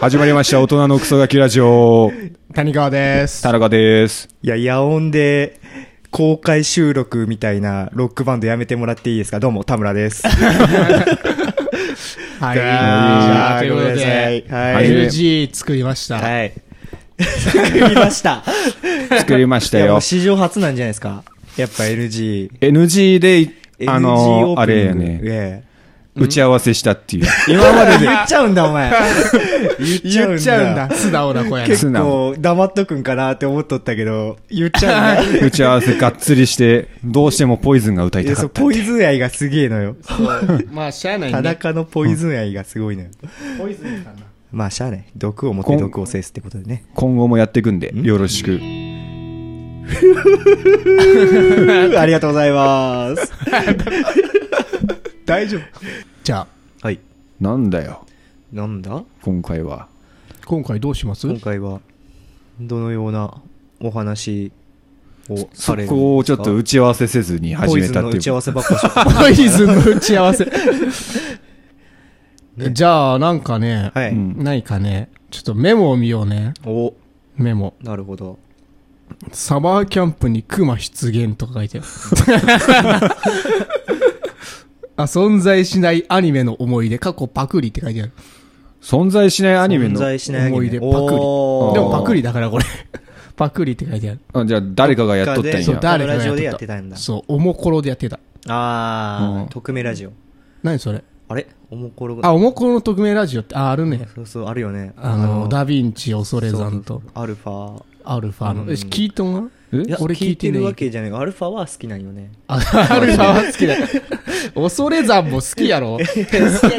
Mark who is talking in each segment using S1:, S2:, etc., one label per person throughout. S1: 始まりました、大人のクソガキラジオ。
S2: 谷川です。
S1: 田中です。
S3: いや、野音で、公開収録みたいなロックバンドやめてもらっていいですかどうも、田村です。
S2: はい。
S3: じ
S2: じ
S3: ゃ
S2: ゃ
S3: あ
S2: あ、ということ
S3: ごめんなさい
S2: で、
S3: はい
S2: 10G 作りました。
S3: はい。作りました。
S1: 作りました
S3: いやも
S1: よ
S3: う。史上初なんじゃないですかやっぱ NG。
S1: NG で、
S3: NG
S1: あ
S3: オー
S1: の、
S3: プニング
S1: あれやね、
S3: え
S1: 打ち合わせしたっていう。
S3: え今までで言っちゃうんだ、お前。言
S2: 言
S3: っ
S2: っ
S3: ち
S2: ち
S3: ゃ
S2: ゃ
S3: う
S2: うんん
S3: だ
S2: だ。素直な子やな。
S3: 結構黙っとくんかなって思っとったけど、言っちゃ うんだ。
S1: 打ち合わせがっつりして、どうしてもポイズンが歌い
S3: いや
S1: たか
S3: そ
S1: っ
S3: う
S1: た。
S3: ポイズン愛がすげえのよ。
S2: そうまあ、しゃあない
S3: 田
S2: ね。
S3: 中のポイズン愛がすごいのよ。
S2: ポイズンかな。
S3: まあ、しゃあない。毒を持って毒を制すってことでね。
S1: 今後もやっていくんで、よろしく。
S3: ありがとうござい ます。
S2: 大丈夫。じゃあ、
S3: はい。
S1: なんだよ、
S3: なんだ
S1: 今回は。
S2: 今回どうします
S3: 今回は、どのようなお話をさ
S1: そ
S3: れるんですか
S1: こをちょっと打ち合わせせずに始
S3: ポイ
S1: め
S3: ズン
S1: た
S3: の
S1: って
S3: 打
S1: い
S3: ち合
S1: う
S3: わ。せばっかりしよう
S2: ポイズンの打ち合 わせ。じゃあ、なんかね、
S3: はい。
S1: うん
S2: ないかね、ちょっとメモを見ようね。
S3: お、
S2: メモ。
S3: なるほど。
S2: サマーキャンプにクマ出現とか書い てある。あ、存在しないアニメの思い出、過去パクリって書いてある。
S1: 存在しないアニメ
S3: 存
S1: の。
S3: 在しない
S2: 思い出パクリ
S1: あー
S2: でもパクリだからこれ。 パクリって書いてある。
S1: あじゃあ、誰かがやっとったん
S2: そう
S3: そ
S2: う、
S1: や。
S2: 誰か
S3: ラジオで
S2: が
S3: や
S2: や
S3: っ
S2: ってて
S3: たんだ
S2: た。そう、おもころでやってた。
S3: あ
S1: うん
S3: ー、匿名ラジオ。
S2: 何それ
S3: あれおもころ
S2: あ、おもころの匿名ラジオって、あ、あるね。
S3: そうそう、あるよね。
S2: あの、ダヴィンチ、恐れ山
S3: そう
S2: と、
S3: アルファ。
S2: アルファの。
S3: うん
S2: え聞いたんが
S1: え
S3: いや、
S2: 俺
S3: 聞
S2: 聞
S3: い
S2: い
S3: て
S2: てね
S3: るわけじゃない。アルファは好きなんよね。
S2: あアルファは好きだよ。恐れ山も好きや ろ
S3: 好きや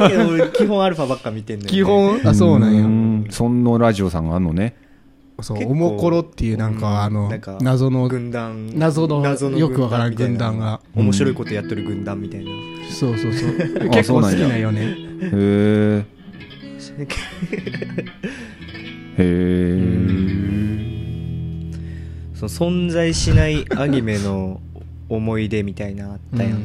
S3: けど、俺基本アルファばっか見てんのよね。
S2: 基本、あ、そうなんや。
S1: んや。そんなラジオさんがあんのね。
S2: そう、
S3: 結構
S2: おもころっていうなん
S3: うん
S2: か、あの
S3: なんか、
S2: 謎の、
S3: 軍団
S2: 謎の
S3: 軍団
S2: よくわからん軍団が
S3: みたいな面白いことやってる軍団みたいな、
S2: そうそうそう。
S1: あ
S2: 結
S1: そう
S2: 構好
S1: なん
S2: き
S1: や
S2: なよね。
S1: へー。へー。
S3: その存在しないアニメの思い出みたいなあったやん、
S1: う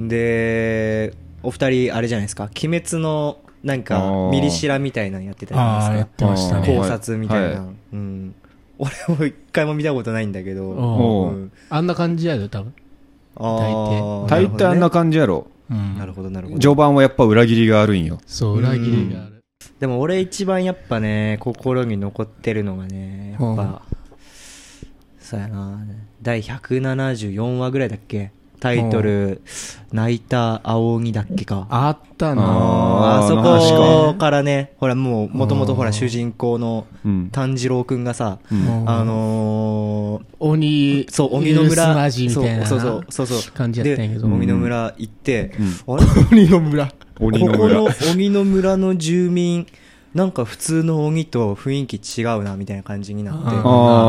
S1: ん。
S3: でお二人あれじゃないですか「鬼滅」のなん
S1: あ
S3: か
S1: ー
S3: ミリシラみたいなのやってたじ
S2: あ
S3: ゃ
S2: あ、
S3: ない
S2: やっ
S3: です
S2: てました
S1: あ
S3: か
S1: ー
S2: ね。
S3: 考察みたいな、
S1: は
S3: うん、俺も一回も見たことないんだけ
S2: う
S3: ど、
S2: ん
S1: お
S3: う
S1: うん
S2: あんな感じやで、多分。
S3: あー
S1: 大体あんな感じやろ。
S2: うん
S3: なるほどねなるほどなるほど
S1: 序盤はやっぱ裏切りがあるんよ。
S2: そう、裏切りがある。
S3: でも俺一番やっぱね心に残ってるのがねやっぱ、
S2: うん
S3: そうやな第174話ぐらいだっけタイトル「泣いた青鬼」だっけか
S2: あった
S1: あ
S2: な
S3: あ
S1: ー
S3: そ
S1: あ
S3: こからねほらもうもともとほら主人公の
S1: うん
S3: 炭治郎くんがさ、
S1: うん
S3: あ、のー
S2: 鬼、
S3: そう鬼の村
S2: 許すまじみたいな。
S3: そうそうそうそうそう
S2: 感じやったんやけど。
S3: で鬼の村行って、あれ
S2: 鬼の村。
S1: 鬼の
S3: ここ
S1: 村。
S3: の鬼の村の住民なんか普通の鬼と雰囲気違うなみたいな感じになって
S2: あ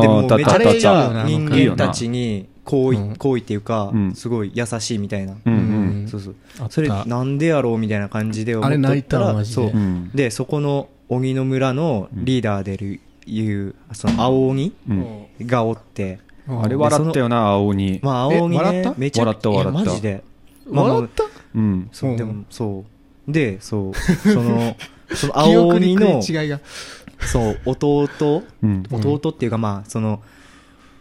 S2: ー
S3: でもう
S1: だ
S3: めちゃ
S2: だ
S3: くち
S2: だ
S3: ゃ
S2: だ
S3: 人間たちに好
S2: いいよ
S3: 意
S2: な
S3: 好意っていうか
S1: うん
S3: すごい優しいみたいな、
S1: うん。
S2: うん
S3: そうそう
S2: あった
S3: それなんでやろうみたいな感じで思っ
S2: あれ
S3: と
S2: 泣
S3: っ
S2: い
S3: た
S2: た
S3: ら
S2: わマジで
S3: そううんでそこの鬼の村のリーダーでるいうその青鬼
S1: うん。
S3: がおって
S2: うん
S1: あれ笑ったよな、青鬼。
S3: まあ青鬼
S2: え笑っ
S3: ね
S2: た
S3: めちゃ
S1: 笑った
S3: いや
S1: 笑った
S3: マジでまあまあ
S2: 笑った
S1: うん。
S3: そう、
S2: うん
S3: でも、そう。で、 そう、その、その
S2: 記
S3: 青
S2: 憶
S3: 鬼
S2: に
S3: の、
S2: 食い違いが。
S3: そう、弟、
S1: うん。
S3: 弟っていうか、まあ、その、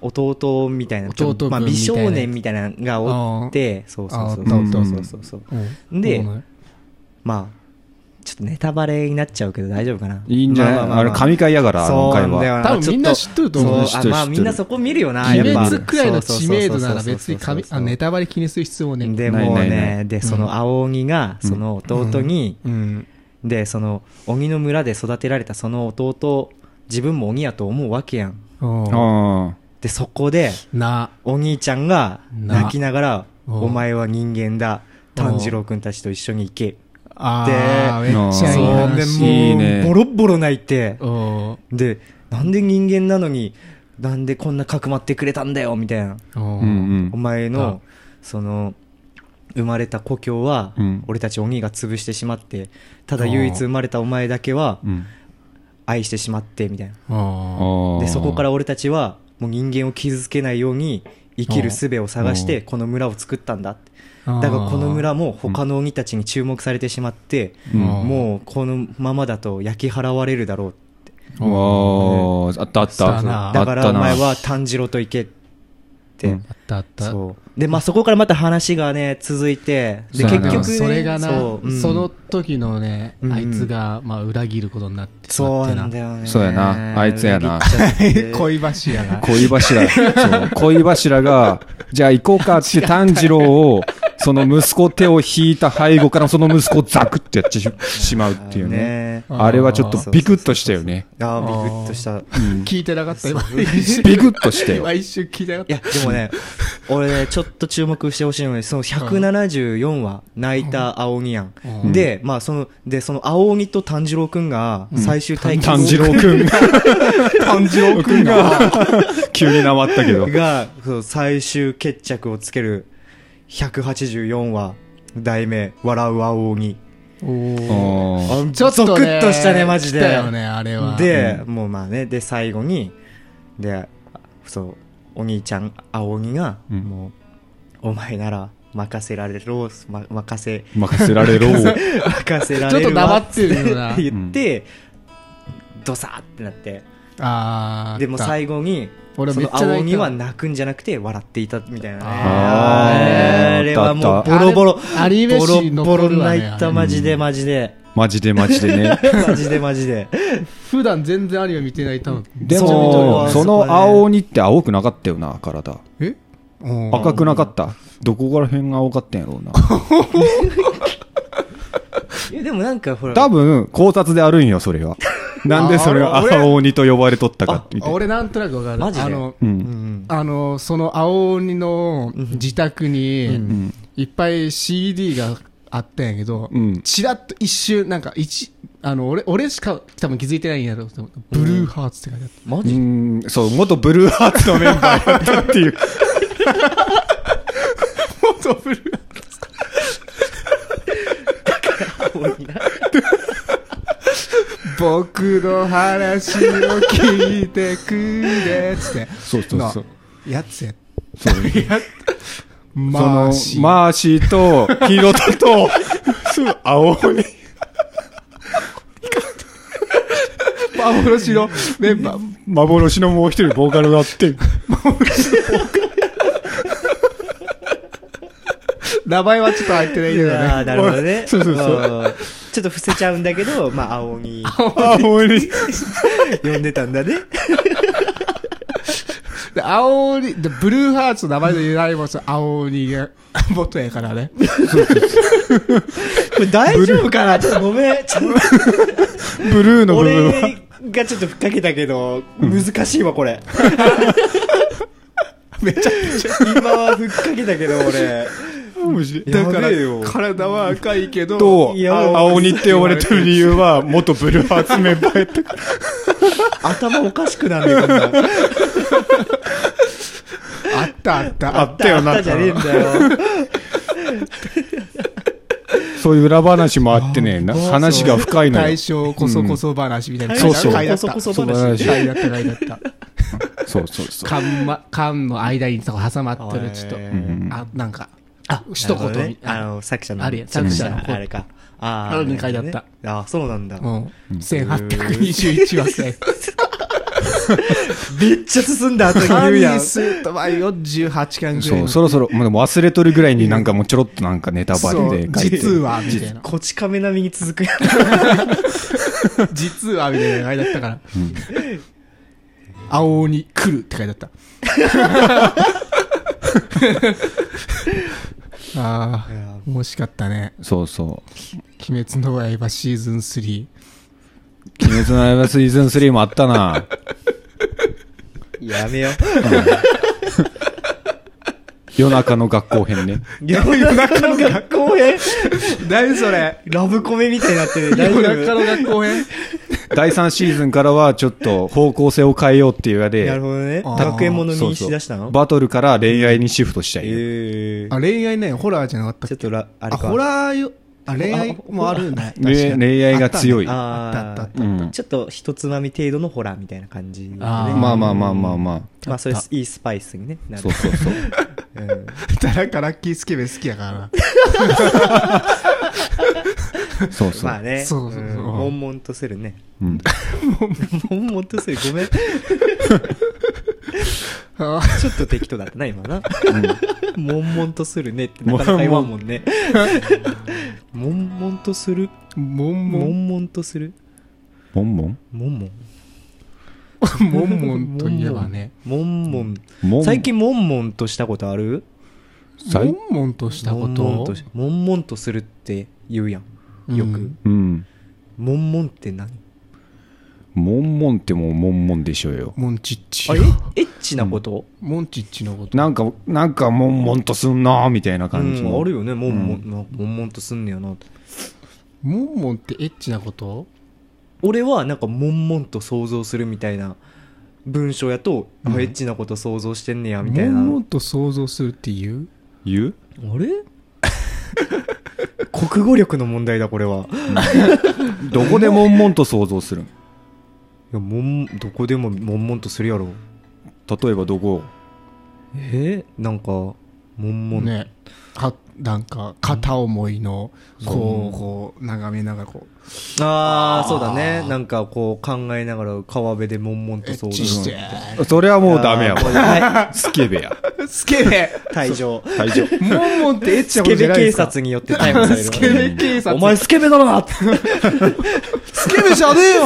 S3: 弟みたいな、ちょっ
S2: 弟
S3: と
S2: 分
S3: まあ、
S2: みた
S3: 美
S2: いな
S3: 少年みたいなのがおって、そうそうそう
S2: あ
S3: そ
S2: お
S3: う
S2: った
S1: おった
S3: そうそうそう。
S2: うん
S3: で
S2: そうね
S3: まあ、ちょっとネタバレになっちゃうけど大丈夫かない
S1: いんじゃないあれ、神回やから、あの
S3: そうな
S1: 回
S3: んだよ
S1: は。
S3: な。
S2: 多分みんな知っとると思う
S3: そうあまあみんなそこ見るよな、
S1: 知っ
S3: や
S1: と
S3: っ
S1: る
S2: 鬼
S3: ぱ。
S2: 滅くらいの知名度なら別に
S3: そうそうそうそう
S2: 神あネタバレ気にする必要もね。
S3: でもう
S1: な
S3: ね
S1: いないな
S3: で、その青鬼が、その弟に、
S2: うん。
S3: でその鬼の村で育てられたその弟自分も鬼やと思うわけやん
S2: うん
S1: あ
S3: でそこで
S2: な、
S3: お兄ちゃんが
S2: な
S3: 泣きながら「
S2: うん
S3: お前は人間だ炭治郎君たちと一緒に行け」
S2: あ
S1: で
S2: ーめっちゃいい
S1: あー
S3: で
S2: 話。
S3: もう
S1: いいね
S3: ボロッボロ泣いて
S2: お
S3: でなんで人間なのになんでこんなかくまってくれたんだよみたい
S2: ー
S3: な
S2: お
S1: あ。
S2: ー
S1: うん
S3: お
S1: うん。
S3: 前
S2: うん
S3: のその生まれた故郷は
S1: うん
S3: 俺たち鬼が潰してしまってただ唯一生まれたお前だけは
S1: うん
S3: 愛してしまってみたいな
S1: あ
S2: おー
S1: あ。
S3: でそこから俺たちはもう人間を傷つけないように生きる術を探してこの村を作ったんだってだからこの村も他の鬼たちに注目されてしまって、
S1: うん
S3: もうこのままだと焼き払われるだろう
S1: あーあったあっ
S2: そう
S1: た。
S2: だなあ
S3: だか
S1: あ
S3: ら
S1: った
S3: お
S1: な
S3: 前は炭治郎と行けって、
S1: うん
S2: あったあった。
S3: そうでまあそこからまた話がね続いて
S1: そ
S3: で
S1: うだ
S3: 結
S1: な
S3: 局ね
S2: それがな、そう
S3: うん
S2: の時のね、
S3: うん
S2: あいつが、まあ、裏切ることになってし
S3: そ
S2: まって
S3: う
S2: な。
S3: なんだよね
S1: そうやなあいつやな
S3: 裏切っちゃっ て
S2: 恋柱が。
S1: 恋 柱。そう恋柱が、じゃあ行こうかって炭治郎を、その息子手を引いた背後からその息子をザクってやってししまう っていうね。
S3: ね
S2: あ
S1: あれはちょっとビクッとしたよね。
S3: あービクッとした
S1: うん
S2: 聞いてなかった今。一瞬
S1: ビクッとしてよ
S2: 今。一瞬聞いてなかっ
S3: いや、で もね、俺ね、ちょっと注目してほしいのに、その174話、泣いた青鬼やん。
S2: うん
S3: で、まあ、その、で、その青鬼と炭治郎くんが、最終対決
S1: 炭治郎くん。 炭治郎くんが、急になまった けど。
S3: が、そう最終決着をつける、184話、題名、笑う青鬼。
S2: た。
S1: あ
S2: おー
S1: ー
S3: あゾクッとしたね、マジで。
S2: 来たよね、あれは。
S3: で、もうまあね、で、最後に、で、そう、お兄ちゃん、青鬼が、
S1: うん
S3: もう、お前なら任せられろ、ま、任せ、
S1: 任せられろ。
S3: 任せられるわ
S2: ちょっと黙ってるよな
S3: つって言って、ドサーってなって、
S2: あー
S3: でも
S2: 後。
S3: 最後に、
S2: 俺
S3: そ
S2: めっ
S3: の
S2: ちゃ泣いた
S3: 青鬼は泣くんじゃなくて笑っていたみたいなね。
S2: あ
S1: ー
S3: あれはもうボロボロ、
S2: あれアニメ
S3: ボロ
S2: 史に
S3: ボ
S2: 残
S3: ロ
S2: るわね
S3: 泣いた、マジでマジで、
S1: マジでマジでね。
S3: マジでマジで。
S2: 普段全然アニメ見てない、多分。
S1: で
S3: そう
S1: も、
S3: そう
S1: その青鬼って青くなかったよな、体。
S2: えうん
S1: 赤くなかった。どこら辺が青かったんやろうな。
S3: いやでもなんかほら、
S1: 多分、考察であるんよ、そ れは。なんでそれを
S2: あ俺
S1: 青鬼と呼ばれとったか
S2: あ
S1: って。
S2: 俺なんとなくわかる。
S3: マジで
S2: あの、
S1: う。
S3: うんん
S2: あの、その青鬼の自宅
S1: う
S2: に、
S1: ん。
S2: いっぱい CD があったんやけど
S1: うん、
S2: ちらっと一瞬、なんか一、あの、俺、俺しか多分気づいてないんやろうと思う。ブルーハーツって書いてあった。
S3: マ
S1: う
S3: ジ
S1: んそう、元ブルーハーツのメンバーやったっていう。
S2: 元ブルーハー
S3: 青鬼な
S2: ツ。僕の話を聞いてくれ、つって。
S1: そうそうそう。
S2: や つやっ
S1: そう
S2: やっ
S1: そ
S2: ま
S1: の
S2: あ、し、
S1: マーシーと、 ヒロトと、青鬼。
S2: 幻のメンバー。
S1: 幻のもう一人ボーカルがあ って。
S2: 名前はちょっと入ってないけど
S3: ああ、
S2: ね。
S3: なるほどね。
S1: そうそうそ
S3: うんちょっと伏せちゃうんだけど、まあ、青鬼
S1: 青鬼。
S3: 呼んでたんだね。
S2: で、青鬼、で、ブルーハーツの名前の由来もそう、青鬼が元やからね。
S3: これ大丈夫かなちょっとごめん。ちょっと
S1: ブルーの部分は。
S3: 俺がちょっとふっかけたけど、難しいわ、これ。
S2: めちゃ
S3: 今はふっかけたけど、俺。
S2: だか
S3: や
S2: ら
S3: べえよ、
S2: 体は赤いけど、
S1: と、
S3: いや
S1: 青鬼って呼ばれてる理由は、元ブルーハーツメンバーやったから。
S3: 頭おかしくなるよ、こんなん
S2: あったあった。
S1: あったよな
S3: あったじゃねえんだよ。
S1: そういう裏話もあってね、な話が深いのよ
S2: 対。象こそこそ話みたいな。
S1: そうそう
S2: 書いてあった
S3: こそこそ
S1: 素
S3: 話
S1: 晴らしい
S2: 書いてあった、書いてあった。
S1: そうそうそう。
S2: 缶ま、缶の間にとか挟まってる、ちょっと
S3: へ。
S1: ー
S2: あ、なんか、
S3: あ
S2: 一言
S3: なるほどね
S2: みたい
S3: あ
S2: な
S3: の、作者の。
S2: あれ作者の
S3: あれか。あー
S2: あれに書いてあった。
S3: あー、そうなんだ。
S2: うん。1821話くらい。
S3: めっちゃ進んだ後に 言
S2: カ
S3: うや
S2: ニ
S3: ん。
S2: スーとは48巻ぐらい
S1: そ
S2: の。
S1: う、そろそろ、まあでも忘れとるぐらいになんかもうちょろっとなんかネタバレで
S2: そう
S1: 書いて
S2: 実は、みたいな。
S3: こち亀並みに続くやん。
S2: 実はみたいな書いてあったから。青鬼来るって書いてあった。 あ
S3: いや
S2: あ、惜しかったね。
S1: そうそう。
S2: 鬼滅の刃シーズン3。
S1: 鬼滅の刃シーズン3もあったな。
S3: やめよ。
S1: 夜中の学校 編ね。
S3: 夜中の学校編
S2: 何それ
S3: ラブコメみたいになってる。大
S2: 夜
S3: 丈
S2: 中
S3: 夫
S2: の学校編
S1: 第3シーズンからはちょっと方向性を変えようっていうあ
S3: な
S1: れ
S3: るほ
S1: で、
S3: どね。
S2: あー
S3: 学園もの
S1: そ
S3: に
S1: うそ
S3: し
S1: う
S3: だしたの
S1: バトルから恋愛にシフトしたい。
S3: ええ
S2: あ、恋愛ね、ホラーじゃなかったっ
S3: ちょ
S2: け
S3: っとら、あれ
S2: あ、
S3: か。
S2: ホラーよ、あ、恋愛もあるんだ。確かに
S1: 恋恋愛が強い
S2: あったねあったあった
S1: う。ん。
S3: ちょっと一つまみ程度のホラーみたいな感じでね、
S2: あー
S1: まあまあまあまあま
S3: まあそれいいスパイスにねな
S1: あ。そ
S3: る
S1: うそうそう。
S3: うん
S2: なんかラッキースケベ好きやからな。
S1: そうそう。
S3: まあね
S2: そうそうそうん
S3: 悶々とするね
S1: うん。
S3: 悶々とするごめんち
S2: あ
S3: ょっと適当だったな今な悶々とするねってな
S1: 悶々
S3: かなか言わんもんね 悶々とする
S2: もんもん、
S3: 悶々とする
S1: ボンボン
S3: もんもん
S2: もんもんといえばね。
S3: もんもん
S1: モン
S3: 最近もんもんとしたことある
S2: も
S1: 最
S2: んもんとしたこ
S3: もんもん
S2: と
S3: としもんもんとするって言うやんよく、
S1: う
S2: うん
S1: ん。
S3: もんもんって何
S1: モンモンってもうモンモンでしょうよ。
S2: モンチッチ
S3: あ。えエッチなこと、
S2: モンチッチのこと。
S1: なんか、なんかモンモンとすんなーみたいな感じ
S3: うん
S1: の。
S3: あるよねもんもん、なんかもんもんとすんねやなって
S2: もんもんってエッチなこと
S3: 俺はなんか悶々と想像するみたいな文章やと、あエッチなこと想像してんねやみたい
S2: も
S3: なん
S2: もんと想像するっていう
S1: 言う
S3: あれ 国語力の問題だこれは
S1: どこでモンモンと想像するん
S3: いやもんどこでも悶々とするやろ
S1: 例えばどこ
S3: えー、なんか悶々、
S2: ね。は、なんか、片思いの、こ
S3: うん
S2: う、こう、眺めながらこう、
S3: ああそうだねなんかこう考えながら川辺で悶々
S2: エ
S3: と
S2: ッ
S3: 想
S2: チ
S3: 像
S2: し
S3: する
S2: て。
S1: それはもうダメや
S3: あーもう
S1: わ。
S3: は
S1: スケベや。
S3: いスケベ退場
S1: 大丈夫。
S2: もんもんってエッチ
S3: ス
S2: なこ
S3: ケ
S2: とじゃ
S3: ベ
S2: ないで
S3: 警
S2: すか。
S3: 察によって逮捕 される
S2: スケベ警察。
S3: お前スケベだな って
S2: スケベじゃねえよ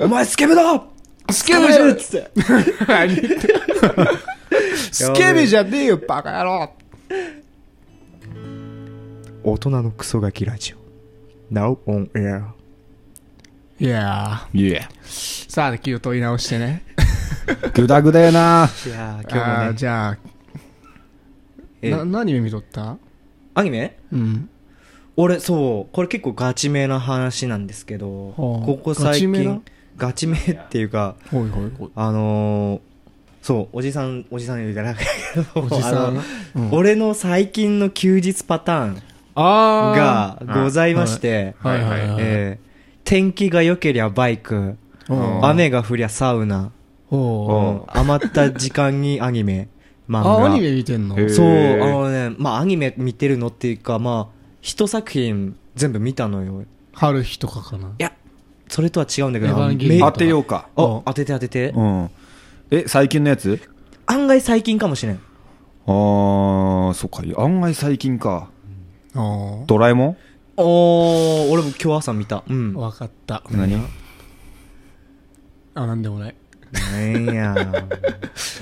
S3: お前スケベだ
S2: スケベじゃねえ
S3: つって
S2: 何言ってんのスケベじゃねえよ、バカ野郎
S3: 大人のクソガキラジオ Now on air
S2: いや
S1: いや。
S2: ー、さあ、気を取り直してね。
S1: グダグダやない
S3: やー今日
S2: あ
S3: も
S2: ー
S3: ね
S2: じゃあ、
S3: え
S2: な、何見とった
S3: アニメ
S2: うん。
S3: 俺そうこれ結構ガチめな話なんですけど
S2: はあ
S3: ここ最
S2: ガチめな
S3: 近ガチめっていうか
S2: ほいほいほい。
S3: あのーそうおじさんおじさん言うじゃなくて
S2: おじさんうん
S3: 俺の最近の休日パターン
S2: あ
S3: がございまして
S2: ー。はいはいはい。
S3: えー天気が良けりゃバイク
S2: うん
S3: 雨が降りゃサウナ
S2: おー
S3: 余った時間にアニメ漫画
S2: あ、アニメ見てんの
S1: へー
S3: そう、あのね、まあアニメ見てるのっていうか、まあ、一作品全部見たのよ。い
S2: 春日とかかな。
S3: や、それとは違うんだけど、
S2: エヴァンゲリオン
S3: め
S1: 当てようか。
S3: あ、当てて当てて。
S1: うん。え、最近のやつ
S3: 案外最近かもしれん。
S1: あー、そっか。案外最近か。
S2: あー
S1: ドラえも
S3: おー、俺も今日朝見た。うん。
S2: わかった。
S1: ん何
S2: あ、なんで もない。
S3: なんや。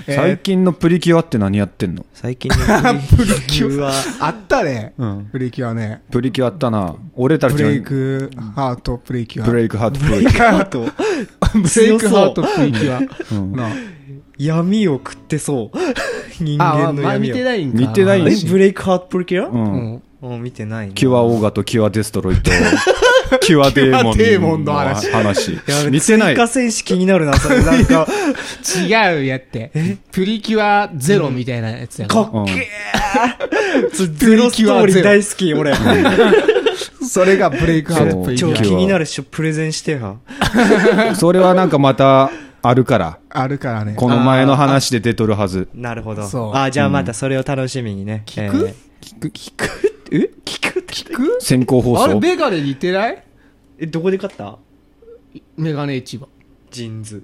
S1: 最近のプリキュアって何やってんの
S3: 最近 のプリキュア。
S2: あったね。
S1: うん
S2: プリキュアね。
S1: プリキュアあったな。俺たち
S2: ブ
S1: の
S2: レイクハートプリキュア。
S1: ブレイクハートプリキュ
S3: あと、
S2: ブレイクハート
S3: 強そう
S2: プリキュア。
S1: うん
S2: な
S3: 闇を食ってそう。 人
S2: あ、
S3: 間
S2: あ
S3: の
S2: 前見
S3: 闇を。
S2: てないんか。
S1: 見てない
S2: あ
S1: ん
S2: の
S1: です
S3: え、
S2: 話
S3: ブレイクハートプリキュア
S1: ア。う。
S2: うんん。
S3: うん、見てないな
S1: キュアオーガとキュアデストロイと、キュアデ
S2: キュアデ
S1: ー
S2: ー
S1: モ
S2: モ
S1: ン
S2: ン
S1: の
S2: の話
S1: 話
S3: やべ。
S1: 見てない
S3: 追。加戦士気になるな、それ。なんか、
S2: 違うやって。プリキュアゼロみたいなやつや
S3: か
S2: ろ。
S3: っけえ、それゼロストーリー大好き、俺。
S2: それがブレイクハートプリキ
S3: 超
S1: そう
S2: ュ
S3: 気になるっしょ、プレゼンしてや。
S1: それはなんかまたあるから。
S2: ア。あるからね。
S1: この前の話で出とるはず。
S3: なるほど。
S2: そう
S3: あ、じゃあまたそれを楽しみにね。
S2: 聞く
S3: えー聞く聞くえ聞く聞く
S1: 先行放
S2: あれ、
S1: 送。
S2: メガネ似てない
S3: え、どこで買った
S2: メガネ市場。
S3: ジーンズ。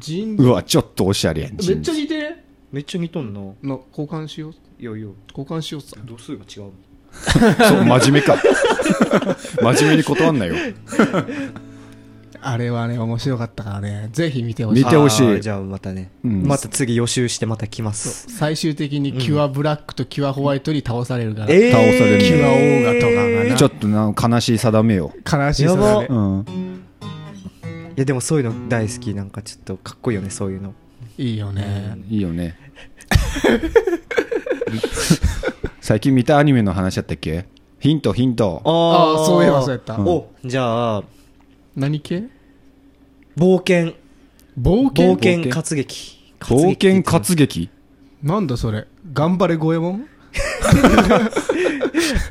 S2: ジン
S1: うわ、ちょっとおしゃれやん。
S2: めっちゃ似てね
S3: めっちゃ似とんな。
S2: の、交換しよう。
S3: よよ。
S2: 交換しようさ。
S3: 度数が違う。
S1: そう、真面目か。 真面目に断んなよ。
S2: あれはね、面白かったからね。ぜひ見てほし
S1: 見
S2: い。
S1: てほしい
S3: あーじゃあまたね。
S1: うん
S3: また次予習してまた来ます。
S2: 最終的にキュアブラックとキュアホワイトに倒されるから。
S3: えー
S1: 倒される
S2: キュアオーガとかがな
S1: ちょっとな悲しい定めよ。
S2: 悲しいさ
S3: やば
S2: だね
S1: う。ん。
S3: いやでもそういうの大好き。なんかちょっとかっこいいよね、そういうの。
S2: いいよね。
S1: いいよね。 最近見たアニメの話やったっけヒント、ヒント。
S2: あーそういえばそうやった
S1: うん
S3: お、じゃあ、
S2: 何系
S3: 冒険。
S2: 冒険
S3: 冒険活劇。
S1: 冒険
S3: 活
S1: 活劇
S2: なんだそれ。頑張れゴエモン
S3: 劇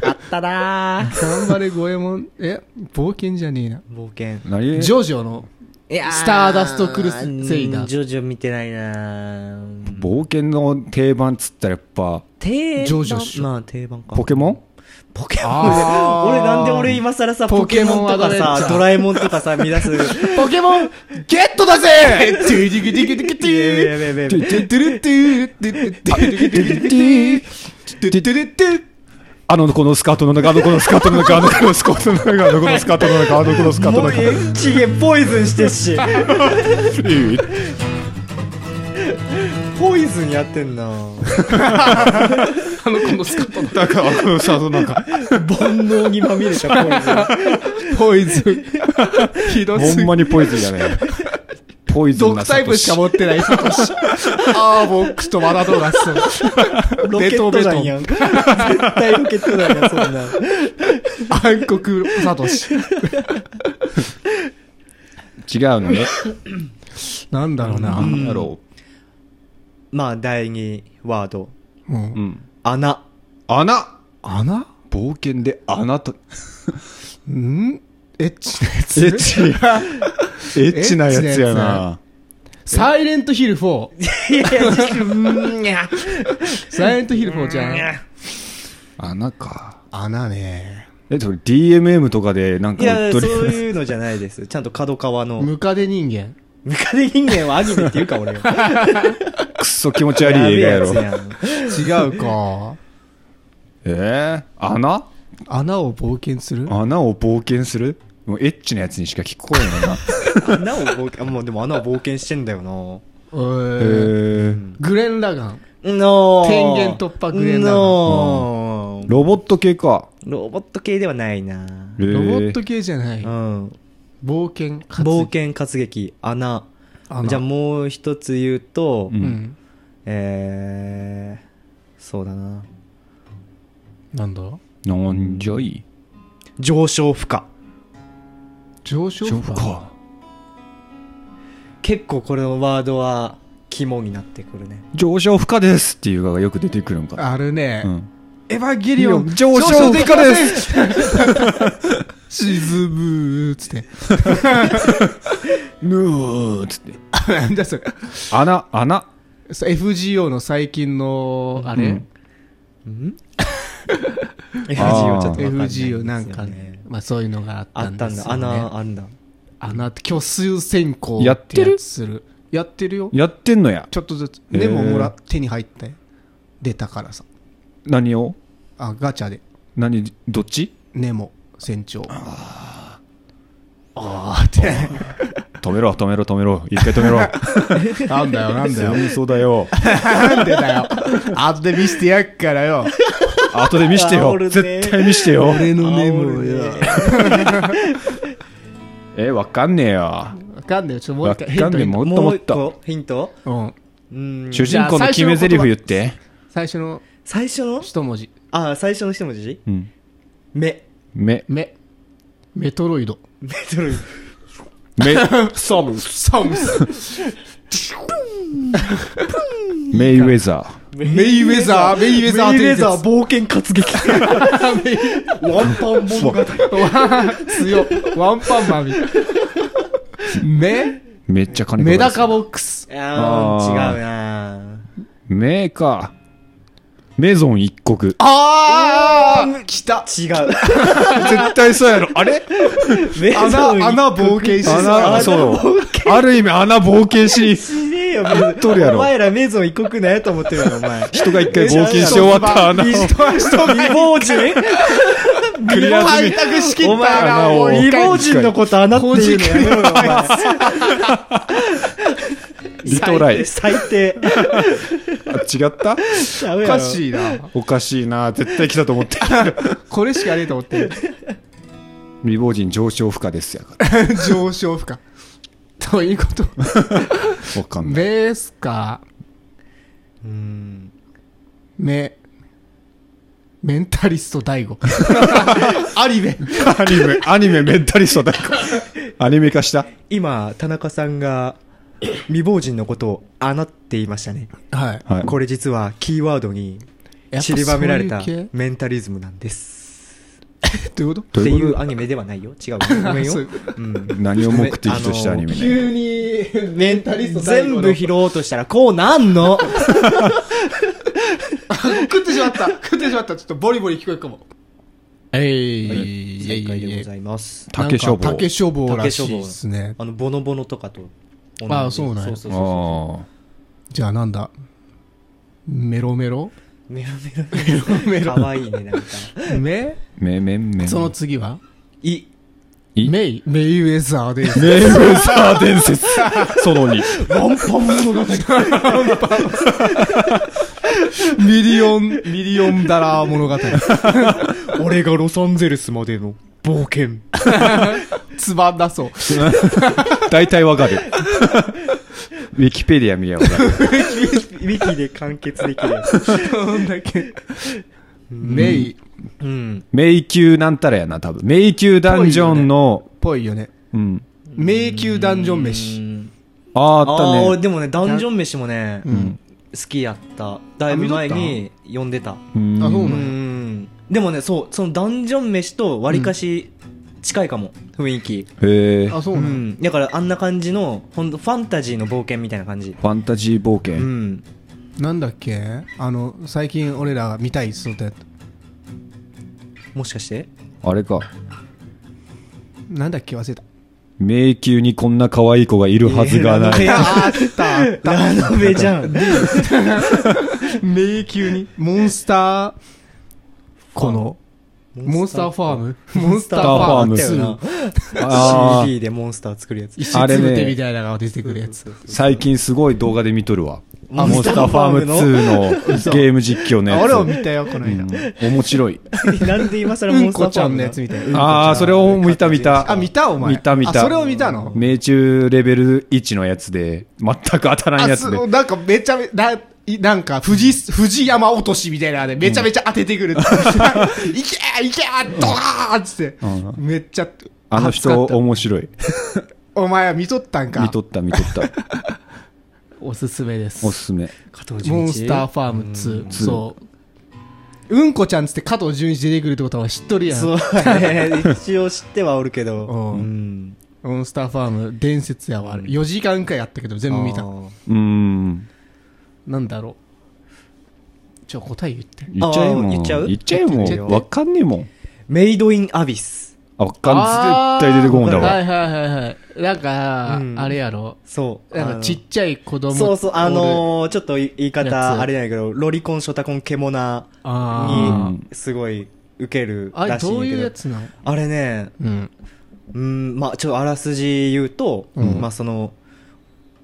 S3: あっったなぁ
S2: 頑張れ、五右衛門。え、冒険じゃねえな。
S3: 冒険。
S1: 何
S2: ジョジョの。
S3: いや
S2: スターダストクルセイダー
S3: うんジョジョ見てないなぁ
S1: 冒険の定番っつったらやっぱ、
S3: 定番。
S2: ジョジョっしょ
S3: まあ定番か。
S1: ポケモン
S3: ポケモン
S2: あー
S3: 俺なんで俺今更さ、ポ
S2: ポ
S3: ケ
S2: ケ
S3: モ
S2: モン
S3: ンと
S2: は
S3: か
S2: ダメじ
S3: さ
S2: ゃ、ん
S3: ドラえもんとかさ、乱す。
S2: ポケモン、ゲットだぜトゥディグディグディグディ
S3: やべやべや
S2: ト
S3: べ
S2: ゥトゥトゥルトゥルトゥトゥルトゥルトゥルトゥルトゥルトゥル
S1: あの子のスカートの中、あの子のスカートの中、あの子のスカートの中、あの子のスカートの中、あの子のスカート
S3: も
S1: の
S3: う
S1: 中。
S3: えんちげポイズンしてっし。 ポイズンやってんな
S2: あの子のスカットの
S1: だから、あのさ、そのなんか、
S3: 煩悩にまみれたポイズン。
S2: ポイズン。ひど
S1: ほ
S2: す
S1: ん
S2: ぎ
S1: まにポイズンやね。ポイズン
S2: 毒
S1: な
S2: タイプしか持ってないサトシ。あー、ボックスとマラドーナス。
S3: ロケット弾やん。絶対ロケット弾やん、そんなん。
S2: 暗黒サトシ。
S1: 違うのね。
S2: なんだろうな。
S1: なんだろ
S3: まあ、第2ワード。
S2: う
S1: う。うんん。
S3: 穴。
S1: 穴
S2: 穴
S1: 冒険で穴と、
S2: んエッチなや
S1: エ
S2: つ
S1: ッチ、エッチなやつやな。
S2: サイレントヒル4。
S3: いやいや、うんにゃ。
S2: サイレントヒル4じゃん。
S1: 穴か。
S2: 穴ね。
S1: え、それ DMM とかで、なんか
S3: いや、
S1: と
S3: そう
S1: りあえず
S3: いうのじゃないです。ちゃんと角川の。
S2: ムカデ人間。
S3: ムカデ人間はアニメっていうか、俺は。
S1: くっそ気持ち悪い映画やろ
S3: べ。えやつやん
S2: 違うか。
S1: えー、穴
S2: 穴を冒険する
S1: 穴を冒険するもうエッチなやつにしか聞こえないな。
S3: 穴を冒険、もうでも穴を冒険してんだよ
S2: え
S3: な。
S1: え
S2: ー
S1: ー、
S2: グレン・ラガン。
S3: の
S2: 天元突破グレーナー
S3: の
S1: ロボット系か。
S3: ロボット系ではないな
S1: え。ー
S2: ロボット系じゃない。
S3: うん。
S2: 冒険。
S3: 冒。険活劇、穴。
S2: 穴
S3: じゃあもう一つ言うと
S1: う、
S2: うんん。
S3: えー、そうだな。
S2: なんだ
S1: なんじゃい
S3: 上昇負荷。
S2: 上昇負荷。
S1: か。
S3: 結構これのワードは肝になってくるね。
S1: 上昇不可ですっていうのがよく出てくるのか。
S2: あるね
S1: う。ん。
S2: エヴァゲリ
S1: リ
S2: オ
S1: オ
S2: ン
S1: ン、
S2: 上
S1: 上
S2: 昇
S1: 昇
S2: で
S1: で
S2: き
S1: き
S2: ま
S1: ま
S2: せ
S1: せ
S2: ん 沈むー、つって。
S1: ぬーっつって。
S2: なんだそれ。
S1: 穴、穴。
S2: そう FGO の最近の、あ
S1: う
S2: れ
S1: ん
S3: FGO ちょっとわかんないですよ
S2: ?FGO なんかね。まあそういうのがあっ
S3: あ
S2: た
S3: っ
S2: ん
S3: た
S2: で
S3: ん
S2: すよ
S3: だ。
S2: ね。
S3: 穴、あんだ。
S2: 穴って虚数選考
S1: やってる
S2: やつするやってるよ
S1: やってんのや。
S2: ちょっとずつ
S1: へー
S2: でももら手に入って出たからさ
S1: 何を
S2: あガチャで
S1: 何、どっち
S2: ネモ船長ああーっ
S1: 止めろ、止めろ、止めろ。一回止めろ。
S2: て なんだよなんだよ
S1: 戦争だよ。
S2: なんでだよ後で見せてやっからよ
S1: 後で見して
S3: 煽
S1: よ。
S3: るね
S1: 絶対見してよ。
S2: 俺のネ
S3: 煽
S2: モ
S3: る
S2: よ
S3: ね
S1: え、わかんねえよ。
S2: わかんないよちょっともう一回
S1: わかんねえ
S2: ヒント
S1: もっと
S3: も
S1: も
S3: う
S1: っ
S3: 一
S1: と。
S3: 個ヒント
S2: うん
S3: うん
S1: 主人公の決め台詞言って。
S2: 最初の
S3: 最初の
S2: 一文字
S3: あ、最初の一文字
S1: うん。
S3: 目。
S1: 目、
S2: メメトロイド
S3: メトロイ
S1: 目、
S2: サムスサムス
S1: メイウェザー。
S3: ド。メ
S2: メイウェザーメイウェザー
S3: メイウェザー冒険活劇。 ワンパン物語。
S2: わあ強いワンパンマンみたい目
S1: めっちゃ金かか
S2: メ
S1: る
S2: ダカボックス。
S3: あー、
S1: あー
S3: 違うな
S1: メーカー。メゾン一国。
S2: あー来た
S3: 違う。
S1: 絶対そうやろ。あれ
S3: メ
S2: 穴、穴冒険しそう。
S1: 穴、そう。ある意味穴冒険し、
S3: しねえよ、
S1: っとるやろ
S3: お前らメゾン一国なんやと思ってるやろ、お前。
S1: 人が一回冒険し終わった穴を。
S3: 未 亡人
S1: クリア済
S2: 開
S1: み
S2: 拓しきっ
S1: お前
S2: たな、
S1: 穴
S2: も
S1: を
S2: う
S3: 未
S2: 一回
S3: 亡人のこと穴っていうのやめろよ、お前。
S1: リトライ。あ
S3: 最低。
S1: 違った
S3: お
S2: おかしいな。
S1: おかしいな。絶対来たと思って。
S2: これしかねえと思ってる。
S1: 未亡人上昇不可ですやから。
S2: 上昇負荷。どういうこと
S1: わかんない。
S2: メスか、
S3: うん。
S2: メ、メンタリスト大 悟。アニメ。
S1: アニメ、アニメメンタリストだ。アニメ化した
S3: 今、田中さんが、未亡人のことを穴って言いましたね。
S2: はい。
S1: はい。
S3: これ実はキーワードに
S2: やっぱ
S3: 散りばめられた
S2: そういう系
S3: メンタリズムなんです。
S2: どういうこ
S3: ってい
S1: どういう
S3: う
S1: こ
S3: アニメではないよ。違う。ご めんよ。
S2: そう
S3: うん
S1: と何を目的としてアニメね。
S2: 急に、メンタリスト最後
S3: 全
S2: の
S3: 部拾おうとしたらこうなんの
S2: 食ってしまった食ってしまったちょっとボリボリ聞こえるかも。えい
S3: はい正解でございます。
S1: 竹書房。
S2: 竹消防ら
S3: 竹
S2: し
S3: 書
S2: い
S3: 房
S2: ですね。
S3: あの、ボノボノとかと同じ。
S2: あそうなんや
S3: そうそうそうそ
S1: あ
S2: じゃあなんだメロメロ
S3: う。メロメロメロメロ。かわいいね、なんか。、
S2: メ
S1: あ。めめめ。
S2: その次はい
S1: い
S2: メイメイウェザー で
S1: メー ルサー伝説。その2。
S2: ワンパン物語。ミリオン、ミリオンダラー物語。
S3: 俺がロサンゼルスまでの冒険。
S2: つばんだそう。
S1: 大体わかる。ウィキペディア見りゃわかる。
S3: ウィキで完結できるやつ。
S2: なんだっけ。メイっ
S3: うん。
S1: 迷宮なんたらやな、多分。迷宮ダンジョンの、
S2: ぽいよね。
S1: うん。
S2: 迷宮ダンジョン
S3: う
S2: 飯。
S3: ん
S1: あー
S3: あ
S1: あ
S3: ー
S1: っ
S3: 俺でもね、ダンジョン飯もね、
S2: うん。
S3: 好きやった。だいぶ前に読んでた。
S1: たね。。
S2: あそううんなんや
S3: ん。でもね、そう、そのダンジョン飯と割かし近いかも、雰囲気。
S1: へえ。フ
S2: あ、そう
S3: う
S2: なの、
S3: ん。だからあんな感じの、ほんとファンタジーの冒険みたいな感じ。
S1: ァンタジー冒険。
S3: うん。
S2: なんだっけあの、最近俺らが見たいっつってたや
S3: もしかして
S1: あれか。
S2: つなんだっけ忘れた。
S1: 迷宮にこんな可愛い子がいるはずがない。
S3: あったあった。ラノベじゃん。
S2: 迷宮にモンスター、この、モンスターファームモンスターファ
S1: モ
S2: ーム
S1: ン
S3: だ
S1: スター
S3: よ
S1: ファ
S2: 2
S3: な。
S1: あー
S3: CD でモンスター作るやつ。
S2: 石つぶてみたいなのが出てくるやつ。
S1: 最近すごい動画で見とるわ。
S3: あ
S1: モンスターファーム2のゲーム実況のや
S2: あ
S1: つ。
S2: 俺も見たよ、この間。
S1: うん面白い。
S3: なんで今更
S2: う
S3: モン
S2: ん
S3: スタ
S2: こ
S3: ーファーム
S2: ちゃんのやつみたいな。
S1: ああ、それを見た見た。
S2: あ、見たお前。
S1: 見た見た。
S2: あそれを見たの
S1: 命中レベル1のやつで、全く当たらん
S2: あ、
S1: やつ
S2: す
S1: で。
S2: なんかめちゃめな、いなんか、富士、富士山落としみたいなので、めちゃめちゃ当ててく る。いけーいけードカーンっつって
S1: う。
S2: めっちゃ、
S1: あの
S2: 熱
S1: 人
S2: かった
S1: 面白い。
S2: お前は見とったんか
S1: 見とった見とった。
S2: おすすめです
S1: おすすめ。
S3: 加藤
S2: モ
S3: 純一
S2: ンスターファーム2。
S1: ツー
S2: そう。うんこちゃんつって加藤純一出てくるってことは知っとるやん。
S3: そうね。一応知ってはおるけど。
S2: うん
S3: ん。
S2: モンスターファーム伝説やわ。あれ
S3: うん
S2: 4時間くらいやったけど全部見た
S3: あ。ー
S1: うーん。
S2: なんだろう。ちょ、答え言って。
S1: 言っちゃえも
S3: あ
S1: ん。
S3: ー言っちゃう
S1: 言っちゃえ
S3: 言っちゃ
S1: も。
S3: うん
S1: わかんねえもん。
S3: メイドインアビス。
S1: あわかん、絶対出てこんだ
S2: は
S1: わ。
S2: いはいはいはい。なんか、
S3: うん
S2: あれやろ。
S3: そう。
S2: なん
S3: あ
S2: か
S3: の
S2: ちっちゃい子供
S3: そうそう、あのー、ちょっと言
S2: や
S3: い方、
S2: つ
S3: あれなんやけど、ロリコン、ショタコン、ケモナ
S2: あ
S3: に、すごい、受ける
S2: ああれ
S3: らしい
S2: ど
S3: んや
S2: う
S3: け
S2: いう
S3: ど
S2: や。つなの
S3: あれね、
S2: うん。
S3: うん、まあちょっとあらすじ言うと、まあその、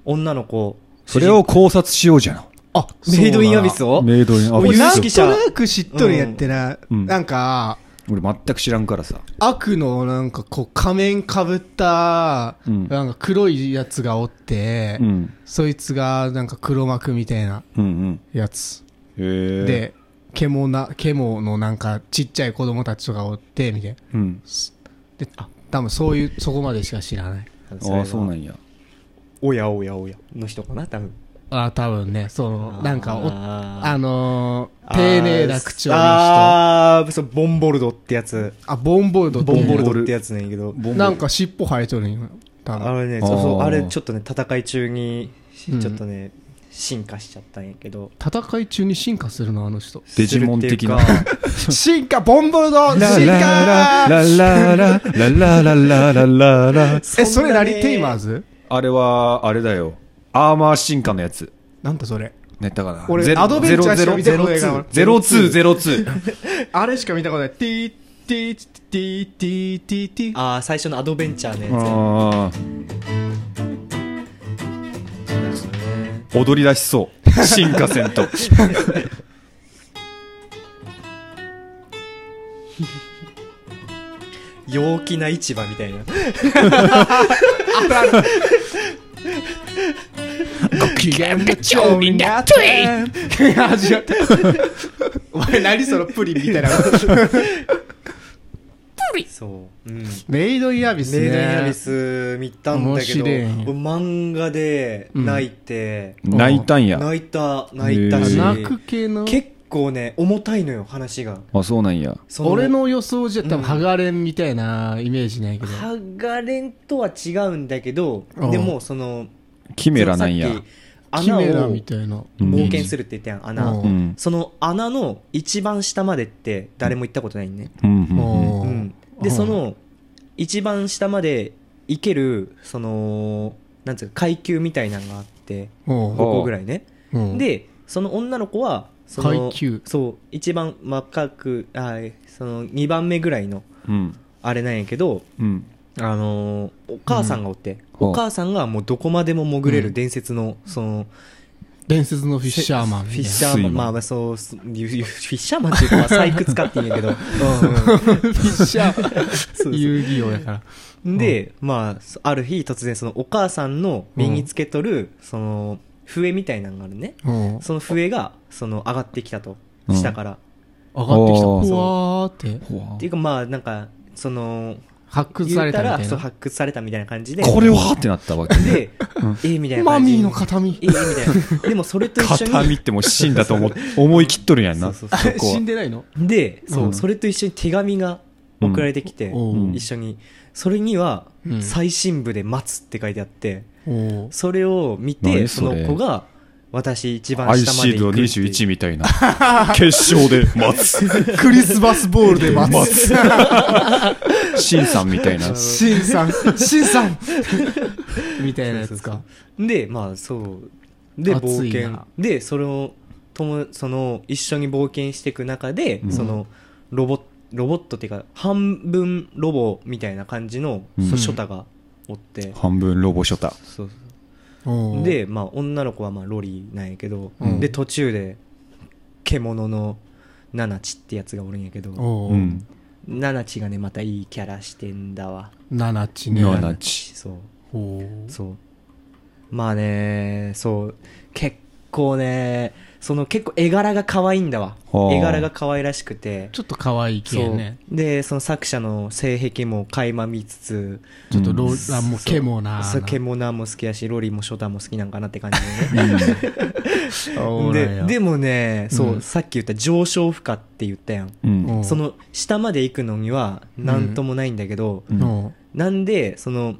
S3: 女の子、
S1: それを考察しようじゃん。
S2: あ、
S3: メイドインアビスを
S1: メイドインア
S3: お
S1: ビ
S2: 俺
S1: ス。
S2: なん
S3: 有
S2: と
S3: 識者
S2: なく知っとるんやってな。
S1: うん
S2: なんか、
S1: 俺全く知らんからさ。
S2: 悪のなんかこう仮面かぶった、
S1: うん
S2: なんか黒いやつがおって、
S1: うん。
S2: そいつがなんか黒幕みたいな
S1: うん
S2: やつ。
S1: うん。へえ。、
S2: で、獣な、獣のなんかちっちゃい子供たちとかおって、みたいな。
S1: うん。
S2: で、多分そういう、そこまでしか知らない。
S1: ああ、そうなんや。
S3: おやおやおやの人かな、多分。
S2: あ、多分ね、その、なんかお、
S3: あー
S2: あのー、丁寧な口調の人。あ
S3: あー、そう、ボンボルドってやつ。
S2: ボンボルドって
S3: ボ
S2: いう
S3: ン
S2: の
S3: ボルドってやつねんやけど。
S2: なんか尻尾生えとるんよ。多
S3: あ
S2: 分。
S3: れね、そうそう、
S1: あー
S3: あれちょっとね、戦い中に、
S2: う
S3: ち
S2: ん
S3: ょっとね、進化しちゃったんやけど。
S2: 戦い中に進化するの、あの人。
S1: デジモン的な
S3: するっていうか
S2: 進化、ボンボル
S1: ラ
S2: ド
S1: ララララララララララララ
S2: え、それ何
S3: んなね
S2: テイマーズ
S1: あれは、あれだよ。アーマー進化のやつ。
S2: なんだそれ。
S1: ねったかな。
S2: 俺
S1: ゼロ
S2: アドベンチャーしか見たことないから
S1: ゼロツーゼロツーゼロツー
S2: あれしか見たことない。ティー、ティー、ティー、ティー、ティー、ティー。
S3: あー、最初のアドベンチャーのや
S1: あー
S3: つだよね。
S1: 踊り出しそう。進化せんと。
S3: 陽気な市場みたいな。
S2: 機嫌が超みんなト ゥイ始まった。お前何そのプリンみたいな。
S3: そう。うん。
S2: メイドインアビスね。
S3: メイドインアビス見たんだけ
S2: 面
S3: ど、
S2: 白い
S3: 俺漫画で泣いて、
S1: 泣いたんや。
S3: 泣いた、泣いたし、
S2: 泣く系の。
S3: 結構ね、重たいのよ、話が。
S1: あ、そうなんや。
S3: そ
S2: 俺、の予想じゃ多分、ハガレンみたいなイメージないけど。
S3: ハガレンとは違うんだけど、
S2: うん
S3: でも、その、
S1: キメラなんや
S3: そ。のさっき
S2: キ
S3: 穴を
S2: メラみたいな。
S3: 冒険するって言ったやん、穴。
S2: うん
S1: うん。
S3: その穴の一番下までって誰も行ったことないんね。
S1: うんうんうん。
S2: も
S3: う、
S2: うん
S3: で、そ、の、一番下まで行ける、その、なんつうか、階級みたいなのがあって、
S2: うん
S3: 5個ぐらいね。
S2: うん、
S3: で、その女の子は、その
S2: 階級
S3: そう、一番若く、あーその2番目ぐらいの、
S1: うん。
S3: あれなんやけど、
S1: うん。
S3: あのーお母さんがおって、
S1: うん
S3: お母さんがもうどこまでも潜れる伝説の、その、
S2: 伝説のフィッシャーマンみ
S3: フ
S2: た
S3: ィ
S2: い
S3: ッ
S2: な。
S3: シャー
S1: 水
S3: マ
S1: 門
S3: ン、まあまあそう、すゆゆフィッシャーマンっていうか、まあ採掘家って言うんや けど、うん
S2: フィッシャ ー。
S3: そうそう
S2: 遊戯王やから。
S3: で、まあ、ある日突然そのお母さんの身につけとる、その、笛みたいなのがあるね。
S2: うん。上がって
S3: その笛が、その、上がってきたと。
S1: うん
S3: 下から。
S2: きた。
S1: おー
S2: うわーって。
S1: ほわ
S3: っていうか、まあ、なんか、その、
S2: 発掘さ
S3: 言
S2: れ
S3: ったた
S2: み
S3: ら、
S2: たい
S3: そう、
S2: な。
S3: 発掘されたみたいな感じで。
S1: これはってなったわけ。
S3: で、 えみたいな感
S2: マ
S3: じ。
S2: ミーの
S3: 形。
S2: 形見
S3: え。みたいな。でも、それと一緒に。
S1: 肩見ってもう死んだと思っ思い切っとるやんな。
S3: そ
S1: そうこ
S2: え死ん
S1: は。
S2: でないの
S3: で、そう、
S1: うん
S3: それと一緒に手紙が送られてきて、
S2: うん
S3: 一緒に。それには、
S2: うん
S3: 最新部で待つって書いてあって、
S2: おー
S3: それを見て、
S1: 何
S3: そ
S1: そ
S3: の
S1: れ
S3: 子が、私一番
S1: アイ
S3: 下ま
S1: シ
S3: で
S1: ールド
S3: 行くっていう。
S1: 21みたいな。決勝で待つ。
S2: クリスマスボールで待
S1: 待
S2: つ。
S1: シンさんみたいな。
S2: シンさん、シンさんみたいなやつか。
S3: で、まあ、そう。で、
S2: 熱
S3: 冒
S2: いな
S3: 険。で、それを、とも、その、一緒に冒険していく中で、
S1: うん
S3: その、ロボ、ロボットっていうか、半分ロボみたいな感じの、
S1: うん
S3: そうショタがおって、
S1: 半分ロボショタ。
S3: そうそう
S2: おー、
S3: で、まあ、女の子はまあロリーなんやけど、
S2: うん
S3: で途中で獣のナナチってやつがおるんやけど
S2: お
S1: う
S2: ー
S1: ん。
S3: ナナチがねまたいいキャラしてんだわ
S2: ナナチね。
S1: ナナチ。
S3: そう
S2: おー
S3: そうまあねそう結構ねその結構絵柄が可愛いんだわ
S1: はあ
S3: 絵柄が可愛らしくて
S2: ちょっと可愛い系
S3: そう
S2: ね。
S3: でその作者の性癖も垣間見つつ
S2: ちょっとロ
S1: うん
S2: ー、あもう
S3: そう
S2: ケモな。
S3: そうケモナーも好きやしロリーもショタも好きなんかなっ て感じでね
S2: そうなん
S3: で
S2: や
S3: でもねそう、
S2: うん
S3: さっき言った上昇負荷って言ったやん、
S1: うん。
S2: うん
S3: その下まで行くのには何ともないんだけど、
S1: うん
S2: お
S3: なんでその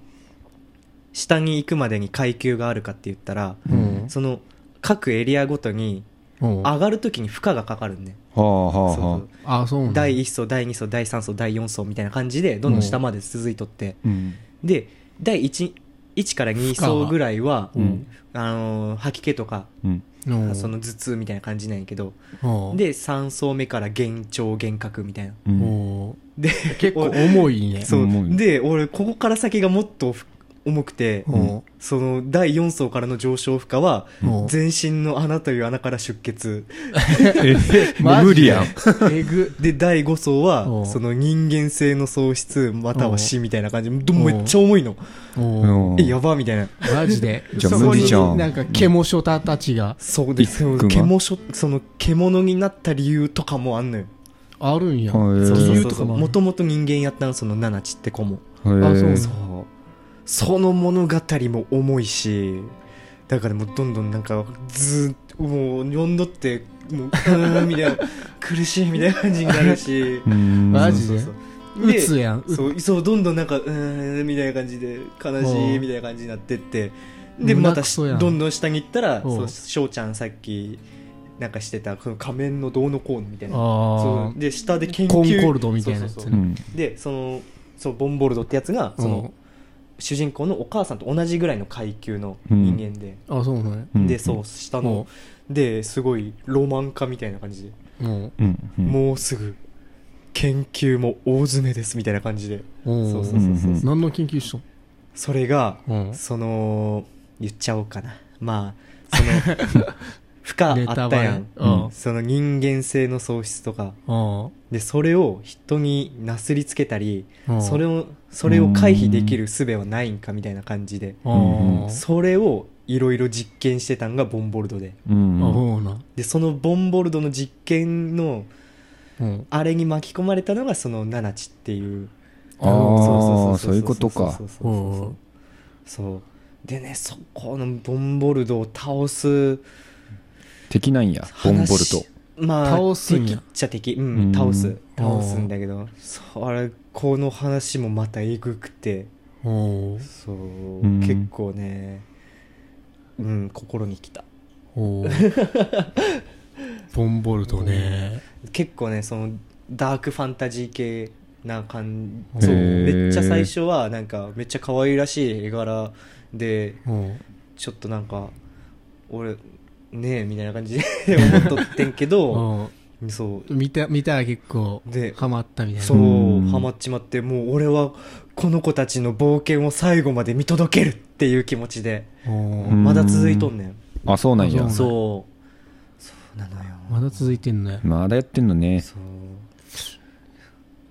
S3: 下に行くまでに階級があるかって言ったら、
S2: ーうん
S3: その各エリアごとに
S2: おー
S3: 上がるときに負荷がかかるんで、
S1: はあはあ
S3: そうそ
S1: はあ
S3: う。
S2: あ、そうなんだ
S3: 第1層第2層第3層第4層みたいな感じでどんどん下まで続いとって、
S1: うん。
S3: で第 1, 1から2層ぐらいは、
S1: うん
S3: あのー吐き気とか
S1: うん。
S2: おー
S3: その頭痛みたいな感じなんやけど、
S2: おー
S3: で3層目から幻聴幻覚みたいな
S1: うん
S2: おー
S3: で
S2: 結構重いね。
S3: そう
S1: 重い
S3: で俺ここから先がもっとふ重くて
S2: お
S3: その第4層からの上昇負荷は
S2: ーおー
S3: 全身の穴という穴から出血
S1: え、もう無理やん。。
S2: えぐ。
S3: で第5層
S2: お
S3: は
S2: う
S3: その人間性の喪失または死みたいな感じど
S2: おう
S3: めっちゃ重いの
S2: おー
S1: うん
S3: えやばみたいな
S2: マジで。
S1: じゃあ
S2: そこ
S1: 無理じゃん
S2: になんか、ケモショタたちが
S3: そうです
S1: いっくんは
S3: 獣その獣になった理由とかもあんのよ
S2: あるんや。
S1: はい
S3: そう
S2: 理
S3: そう
S2: 由
S3: そう
S2: と
S3: そ
S2: か
S3: う
S2: もある
S3: もともと人間やったんそのナナチって子も
S1: へえ
S2: そうそ
S3: そうその物語も重いしだからもうどんどんなんかずーっともう読んどってもううーんみたいな苦しいみたいな感じにな るし
S1: うん
S2: マジで
S3: そうそう
S2: うつやん。
S3: で そうそうどんどんなんかうーんみたいな感じで悲しいみたいな感じになってってで
S2: 胸
S3: また
S2: くそやん
S3: どんどん下に行ったら
S2: おう
S3: そう翔ちゃんさっきなんかしてたこの仮面のどうのこうのみたいな
S2: あ
S3: そ
S2: あ
S3: う。で下で研究
S2: コンコルドみたいなやつ
S3: そ
S1: う。
S2: ね
S3: うそうそうんでそのそうボンボルドってやつがその、主人公のお母さんと同じぐらいの階級の人間で、
S2: うんあ、そうなんや。
S1: うん
S3: でそう下
S2: も
S3: のですごいロマン家みたいな感じで、
S2: う、も
S1: うん。うん
S3: もうすぐ研究も大詰めですみたいな感じで
S2: う、おー
S3: そうそうそうそう、
S1: うん
S2: 何の研究し
S3: それが、
S2: とん
S3: その言っちゃおうかなま あその負荷あったやん
S2: ネタバレうん
S1: うん
S3: その人間性の喪失とか
S2: うん。
S3: でそれを人になすりつけたり
S2: うん
S3: それをそれを回避できる術はないんかみたいな感じで
S2: あ
S1: う
S2: ー
S1: ん
S2: そ
S3: それをいろいろ実験してたんがボンボルドで
S1: うん。
S2: あそうなん。
S3: でそのボンボルドの実験の
S2: うん。
S3: あれに巻き込まれたのがそのナナチっていう
S1: ああ、そういうことか
S3: そ。うそうそうそうそうでねそこのボンボルドを倒す
S1: 敵なんや、ボンボル
S3: 話
S1: ト。
S3: まあ
S2: 倒すんや
S3: 敵っちゃ敵う
S1: うん
S3: ん倒す
S2: あ
S3: 倒すんだけどそれこの話もまたえぐくて
S2: おー
S3: そう、
S1: ん
S3: 結構ねうん心にきた
S2: おーボンボルトね
S3: 結構ねそのダークファンタジー系な感
S2: へー
S3: じそうめっちゃ最初はなんかめっちゃ可愛らしい絵柄で
S2: うん
S3: ちょっとなんか俺ねえみたいな感じで 思っとってんけど
S2: うん
S3: そう
S2: 見た見たら結構
S3: で
S2: ハマったみたいな
S3: そう
S1: うん
S3: ハマっちまってもう俺はこの子たちの冒険を最後まで見届けるっていう気持ちで
S2: おー
S1: うん
S3: まだ続いとんねん
S1: あ、そうなんや
S2: ん。
S3: そうそうなのよ
S2: まだ続いてんのよ
S1: まだやってんのね。
S3: そう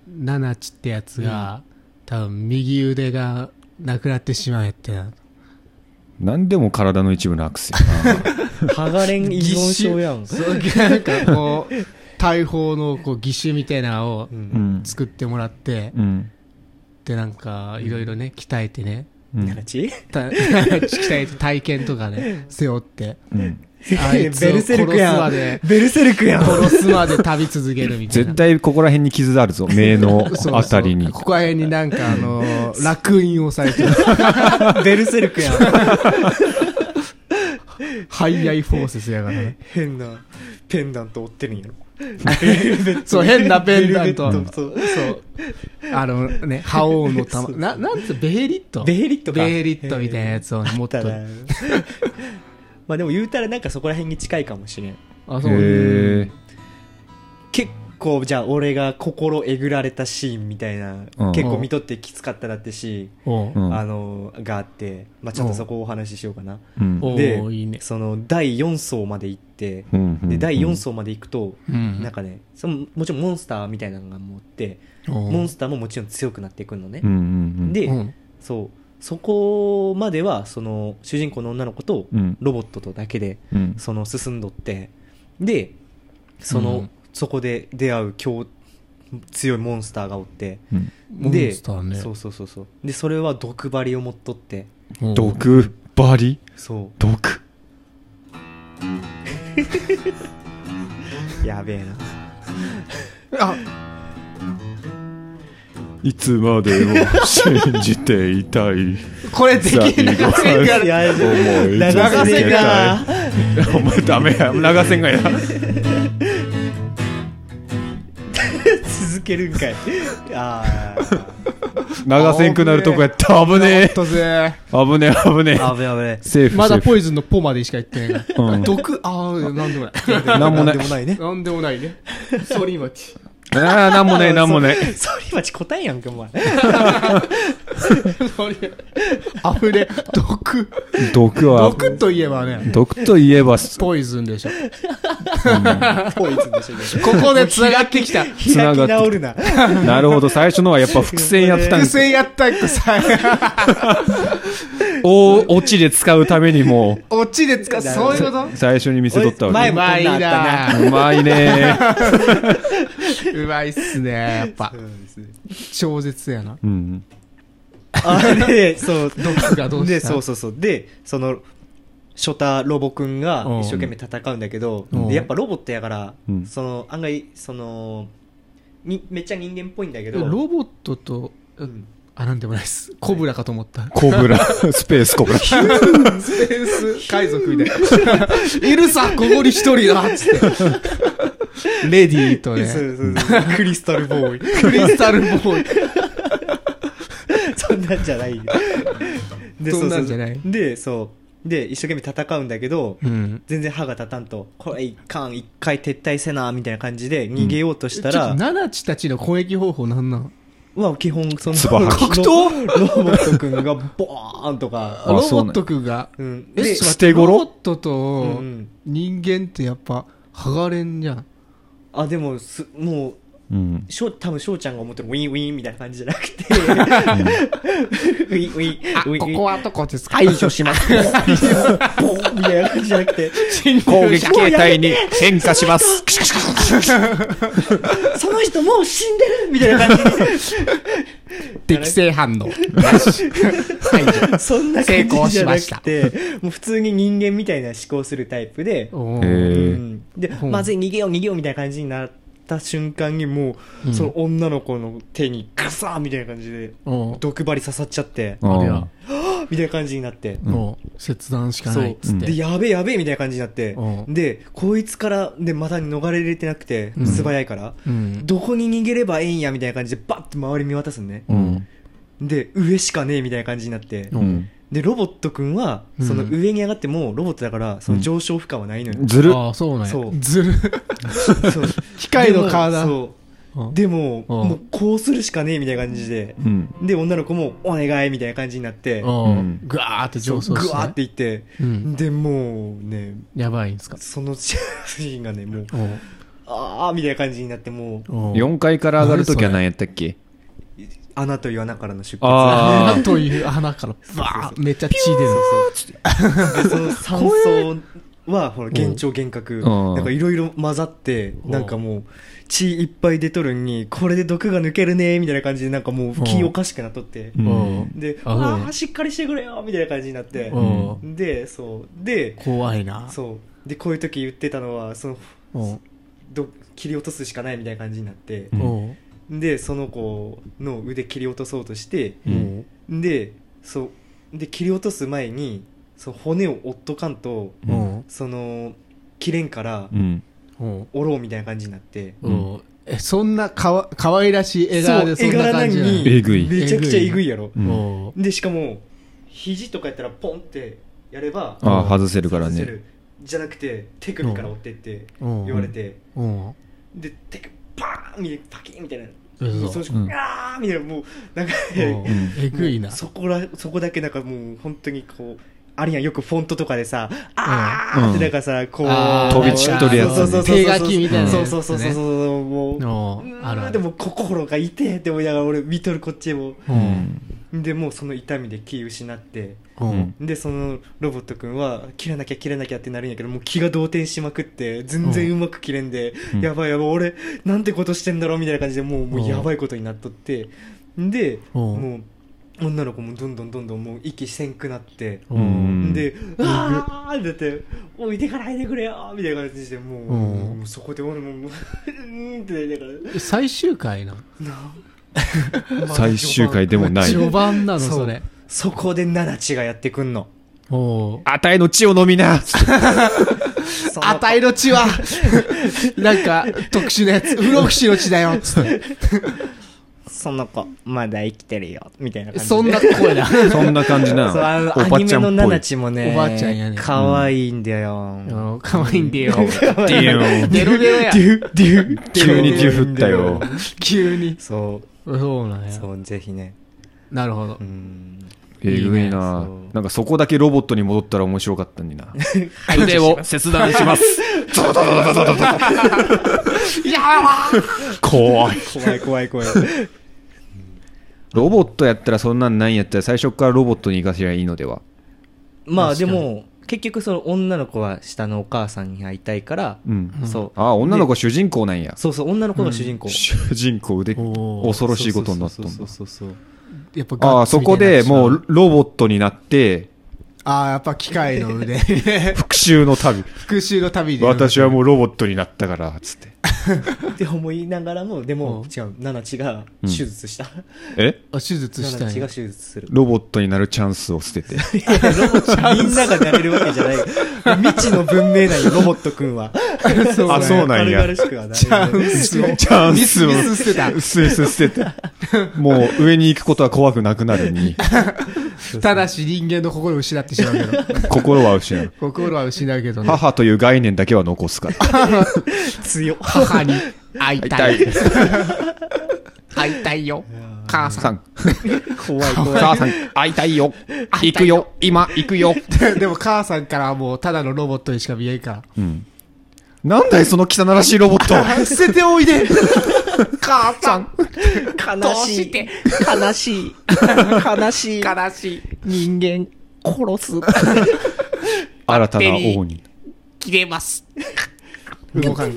S2: ナナチってやつが、多分右腕がなくなってしまうやってな
S1: なんでも体の一部なくすよな。
S3: ハガレン依存症や ん
S2: そうなんかこう大砲のこう義手みたいなのを
S3: うん
S1: うん。
S2: 作ってもらって、
S1: うん。
S2: でなんかいろいろね鍛えてね
S1: うん
S3: ならち
S2: た鍛えて体験とかね背負 って
S1: うん
S2: あいつを
S3: ベルセルク
S2: 殺す
S3: や
S2: ま
S3: ん
S2: で
S3: ベルセルクやん
S2: 殺すまで旅続けるみ たいな
S1: 絶対ここら辺に傷あるぞ。目の
S2: そう
S1: あたりに。
S2: ここら辺になんかあの ー烙印をされてる
S3: ベルセルクやん
S2: ハイアイフォーセスやからね
S3: 変なペンダント追ってるんやろ
S2: そう変なペンダント
S3: ベルベッそう
S2: そう。 あのね、覇王の玉。
S3: そう
S2: な、なんつう、ベーリット
S3: ベーリットか
S2: ベーリットみたいなやつをね持っと
S3: たら
S2: る。
S3: まあでも言うたらなんかそこら辺に近いかもしれん
S2: あ、そう。
S1: へえ。
S3: 結構じゃあ俺が心えぐられたシーンみたいな、
S1: うん
S3: 結構見とってきつかったなってシ
S2: おう
S1: う
S3: ーン、
S1: ん
S3: あのがあって、まあ、ちょっとそこをお話ししようかな、
S1: うん
S2: お
S3: で
S2: ういいね。
S3: その第4層まで行って、
S1: うんうん
S3: で第4層まで行くと、
S2: うん
S3: なんかねそのもちろんモンスターみたいなのが持って、モ
S2: モ
S3: ンスターももちろん強くなっていくのね、
S1: うんうんうん。
S3: で、
S2: うん。
S3: そうそこまではその主人公の女の子と
S1: うん
S3: ロボットとだけで
S1: うん。
S3: その進んどってでその、
S2: うん
S3: そこで出会う強強いモンスターがおって
S1: うん
S2: モンスターね。
S3: そうそうそうそうでそれは毒針を持っとって
S2: おう
S1: 毒、バリ、
S3: そ
S1: 毒。
S3: うやべえな
S2: あ、
S1: いつまでも信じていたい。
S2: これできる流せんか
S1: や
S2: ら。
S3: や
S1: 思い
S3: 流
S1: 続
S3: せ
S1: け
S3: ん
S1: たい
S3: か。
S1: お前ダメや。流せんがや。
S3: 続けるんかいあー
S1: 流せんくなるとこやった。危ねえ。
S2: とぜ。
S1: 危ねえ、危ね
S3: あぶねあぶ
S1: え。
S3: ね
S1: セーフ。
S2: まだ
S1: セーフ
S2: ポイズンのポまでしか言ってないか
S1: う
S2: ら。
S1: ん
S2: 毒、ああ、なんでもない。
S1: なんもない
S3: で。もないね
S2: なんでもない ね。ソリマチ。
S1: ああ、なん もない、なんもない。
S3: ソリマチ答えやんけお前
S2: ソリ あふれ、毒。
S1: 毒は、
S2: 毒といえばね、
S1: 毒といえば、
S2: ポイズンでしょ。
S3: ポイズンでしょ今
S2: ここで繋がってきた。
S1: 繋
S3: 開
S1: がっ
S3: き
S1: て
S3: 直るな
S1: なるほど、最初のはやっぱ伏線やってたん
S2: 伏
S1: です。
S2: 線やったっけさ、
S1: お、落ちで使うためにも
S2: オチで使う、 そういうこと
S1: う、最初に見せとったわ
S3: 前
S1: け。
S3: もこんなんあったな
S2: うま
S1: うまい
S2: いな
S1: ね
S2: うまいっすね、やっぱ。超絶やな。
S1: うん。
S3: あれそう
S2: 毒がどうした
S3: でそうそうそうでそのショタロボくんが
S2: うん
S3: 一生懸命戦うんだけど
S2: うん
S3: でやっぱロボットやから、
S1: うん
S3: その案外そのにめっちゃ人間っぽいんだけど
S2: ロボットと、
S3: ん
S2: あ、なんでもないっす。コブラかと思 った。
S1: コブラ、スペースコ ブラ。
S2: スペース海賊みたいな。エルサ、ここに一人だつって。レディーと
S3: そう
S2: ね、
S3: そうそう クリスタルボーイ
S2: クリスタルボーイ。
S3: そんなんじゃないよで
S2: そんなんじゃないう
S3: でそうで一生懸命戦うんだけど、
S2: うん。
S3: 全然歯が立たんとこれいかん一回撤退せなみたいな感じで逃げようとし
S2: ちょ
S3: た
S2: っと、
S3: ら、
S2: ナナチたちの攻撃方法なんなの
S3: は基本その
S1: つばはき
S3: ロロボットくんがボーンとか、
S1: あ
S2: ロ
S1: そう
S2: ボ
S1: なんや
S2: ット君が、
S3: うん、
S2: えちょ
S3: で
S2: っと待って
S1: 捨て頃
S2: ロボット
S3: う
S2: と
S3: ん
S2: 人間ってやっぱ、剥がれんじゃん。
S3: あでもすも
S1: うん。
S3: うしょ多分翔ちゃんが思ってるウィンウィンみたいな感じじゃなくてウィンウィン
S2: あ、
S3: ウィ
S2: こ
S3: ン
S2: こはどこですか
S3: 排除しますボーンみたいな感じじゃなくて
S1: 攻撃形態に変化します。
S3: その人もう死んでるみたいな感 じ
S2: 適正反応。なし排除
S3: そんな
S2: 成
S3: 感
S2: 功
S3: じじ
S2: し
S3: ゃ
S2: ま
S3: な
S2: した
S3: くて、もう普通に人間みたいな思考するタイプで、
S2: お
S1: え
S2: ー
S1: ー、
S3: うんで、
S2: ん
S3: まずい逃げよう逃げようみたいな感じになった瞬間にもう、その女の子の手にガサーみたいな感じで、
S2: おー
S3: 毒針刺さっちゃって、
S1: あ
S2: あれ
S1: ー
S2: は
S3: みたいな感じになって、
S2: もう切断しか
S3: そ
S2: ないっ
S3: う
S2: つっ
S3: で
S2: て。
S3: やべえやべえみたいな感じになって、
S2: うん
S3: でこいつからでまた逃れれてなくて、
S2: うん
S3: 素早いから、
S2: うん
S3: どこに逃げればええんやみたいな感じでバッて周り見渡すんね、
S1: うん。
S3: で上しかねえみたいな感じになって、
S2: う
S1: うん。
S3: でロボットくんは
S2: うん
S3: その上に上がってもロボットだからその上昇負荷はないのよ、
S1: ずる。
S2: ああ、そうなん
S3: そ
S2: や。
S3: う
S2: ずる。
S3: そう
S2: 機械の体
S3: でもそう
S2: うん
S3: でも
S2: うん
S3: もうこうするしかねえみたいな感じで、
S1: うん。
S3: で女の子もお願いみたいな感じになって、
S2: うん。ぐわーって
S3: そう
S2: 上
S3: ぐ
S2: 昇して。
S3: わーっていって、
S2: うん
S3: でもうね
S2: やばいんすか。
S3: そのシーンがねもう
S2: おー
S3: ああみたいな感じになってもう
S2: おー
S1: 4階から上がるときは何やったっけ
S3: 穴という穴からの出発
S1: あ
S2: という鼻からバーッめっちゃ血出る
S3: でその酸素はほら幻聴幻覚
S1: うん
S3: なんかいろいろ混ざって
S2: ん
S3: なんかもう血いっぱい出とるんにこれで毒が抜けるねみたいな感じでなんかもう気おかしくなっとって
S1: う
S2: うんん
S3: で
S2: あそう
S3: ああしっかりしてくれよみたいな感じになって
S2: う
S3: でそうで
S2: 怖いな
S3: そうでこういう時言ってたのはその
S2: うん
S3: ど切り落とすしかないみたいな感じになって
S1: う
S2: うん
S3: でその子の腕切り落とそうとして
S1: うん
S3: でそうで切り落とす前にその骨を折っとかんと
S1: う
S2: うんん
S3: その切れんから
S1: うん。
S2: うん
S3: 折ろうみたいな感じになって、
S2: うんえそんなかわ可愛らしい絵柄でそ
S3: そう絵
S2: んな
S3: 柄なの
S2: 感じなの
S3: に
S1: えぐい
S3: めちゃくちゃえぐいやろ
S1: うん
S2: うん
S3: でしかも肘とかやったらポンってやれば
S1: ああ、外せるから
S3: 外せ
S1: ね。
S3: るじゃなくて手首から折ってって
S2: うん
S3: 言われて、
S2: うん
S3: で手首パーンみたいなパキンみたいなもうそ
S2: 嘘
S1: う
S3: の瞬間
S1: ん
S3: あーみたいなもうなんか、
S2: うん えぐいな
S3: そこらそこだけなんかもう本当にこうあるやんよくフォントとかでさあーってなんかさ、こう
S2: あ
S1: ー飛び散っとるやつね
S3: そうそうそうそう
S2: 手書きみたいなやつ
S3: そ
S2: ね
S3: うそうそうそうそうもう
S2: うんあるあ
S3: う
S2: る
S3: んでも心が痛えって思いながら俺見とるこっちも
S2: う
S1: うんん。
S3: でもうその痛みで気失って
S2: うん
S3: でそのロボット君は切らなきゃ切らなきゃってなるんやけどもう気が動転しまくって全然うまく切れんで、
S1: うん
S3: やばいやばい俺なんてことしてんだろうみたいな感じでもうもうやばいことになっとってで、
S2: うん
S3: もう女の子もどんどんどんどんもう息せんくなって、
S1: う
S2: うん
S1: ん。
S3: で、ああだって、置いてからいてくれよみたいな感じで、もう、
S2: うん
S3: もうそこで俺も、もう、うーんってなりながら、
S2: 最終回なの
S3: な
S1: 最終回でもない。
S2: 序盤なの
S3: そう
S2: それ
S3: そこでナナチがやってくんの。
S2: おう
S1: あたいの血を飲みな
S3: その
S2: あたいの 血はなんか特殊なやつ不老不死の血だ よつって
S3: その子、まだ生きてるよ。みたいな感じで。
S2: そんな声だ
S1: そんな感じな。
S3: そうあの
S1: お
S3: ア
S1: ば
S3: ニ
S1: ち
S3: メ
S1: ゃん
S3: の
S1: っ
S3: ナ
S1: ぽ
S3: ナ
S1: い。
S3: チもね、
S2: おばあちゃんやね
S3: 可愛いんだよ。
S2: うん可愛いんだよ。
S1: デ ューン
S2: デロデロや。
S3: ュデュ
S1: 急にデュー降った よ。
S2: 急に。
S3: そ
S2: そうなん
S3: う、
S2: や。
S3: そう、ぜひね。
S2: なるほど
S3: う。ん。
S1: えぐいな。
S3: そう
S1: なんかそこだけロボットに戻ったら面白かったのに な。
S2: 腕を。
S1: 切断します。怖い。
S3: 怖い怖い怖い。
S1: ロボットやったらそんなんないんやったら最初からロボットに行かせりゃいいのでは。
S3: まあでも、結局その女の子は下のお母さんに会いたいから、
S1: うん。
S3: そう。
S1: ああ、女の子主人公なんや。
S3: そうそう、女の子が主人公。
S1: 主人公で
S2: おー
S1: 恐ろしいことになったんだ
S3: そうそうそうそう。
S2: やっぱ
S1: ああ、そこでも
S2: う。
S1: うロボットになって、
S2: ああ、やっぱ機械の腕。
S1: 復讐の旅。
S2: 復讐の旅で。
S1: 私はもうロボットになったから、つ って。
S3: って思いながらも、でも、違う、ナナチが手術した。
S1: え
S2: あ手術
S3: ナ
S2: した
S3: ナチ
S2: い
S3: が。手術する。
S1: ロボットになるチャンスを捨て て。
S3: いやロボットみんながなれるわけじゃない。未知の文明なんよ、ロボットくんは。
S1: あ
S2: ね
S1: そうなんや
S3: 軽々しくはな
S2: チャ
S3: れる。
S2: ンスを。
S1: チャンスを。
S2: ミスミス捨てた
S1: スイス捨てた。もう上に行くことは怖くなくなる に、
S2: ただし人間の心を失ってしまうけ ど。
S1: 心は失う。
S2: 心は失うけどね。
S1: 母という概念だけは残す から。
S3: 強っ。
S2: 母に 会いたい。
S1: 痛い
S2: 会いたいよ。母さ
S1: さ
S2: ん。
S1: ん。
S3: 怖い
S1: お
S3: 怖い。
S1: 母さん、会いたいよ。行くよ。今、行くよ。
S2: でも母さんからはもうただのロボットにしか見えんから。
S1: なんだい、その汚らしいロボッ ト。
S2: 捨てておいで母さん
S3: 悲しい。悲しい。悲しい。
S2: 悲しい人間殺す
S1: 新たな王に。
S2: 切れます動かん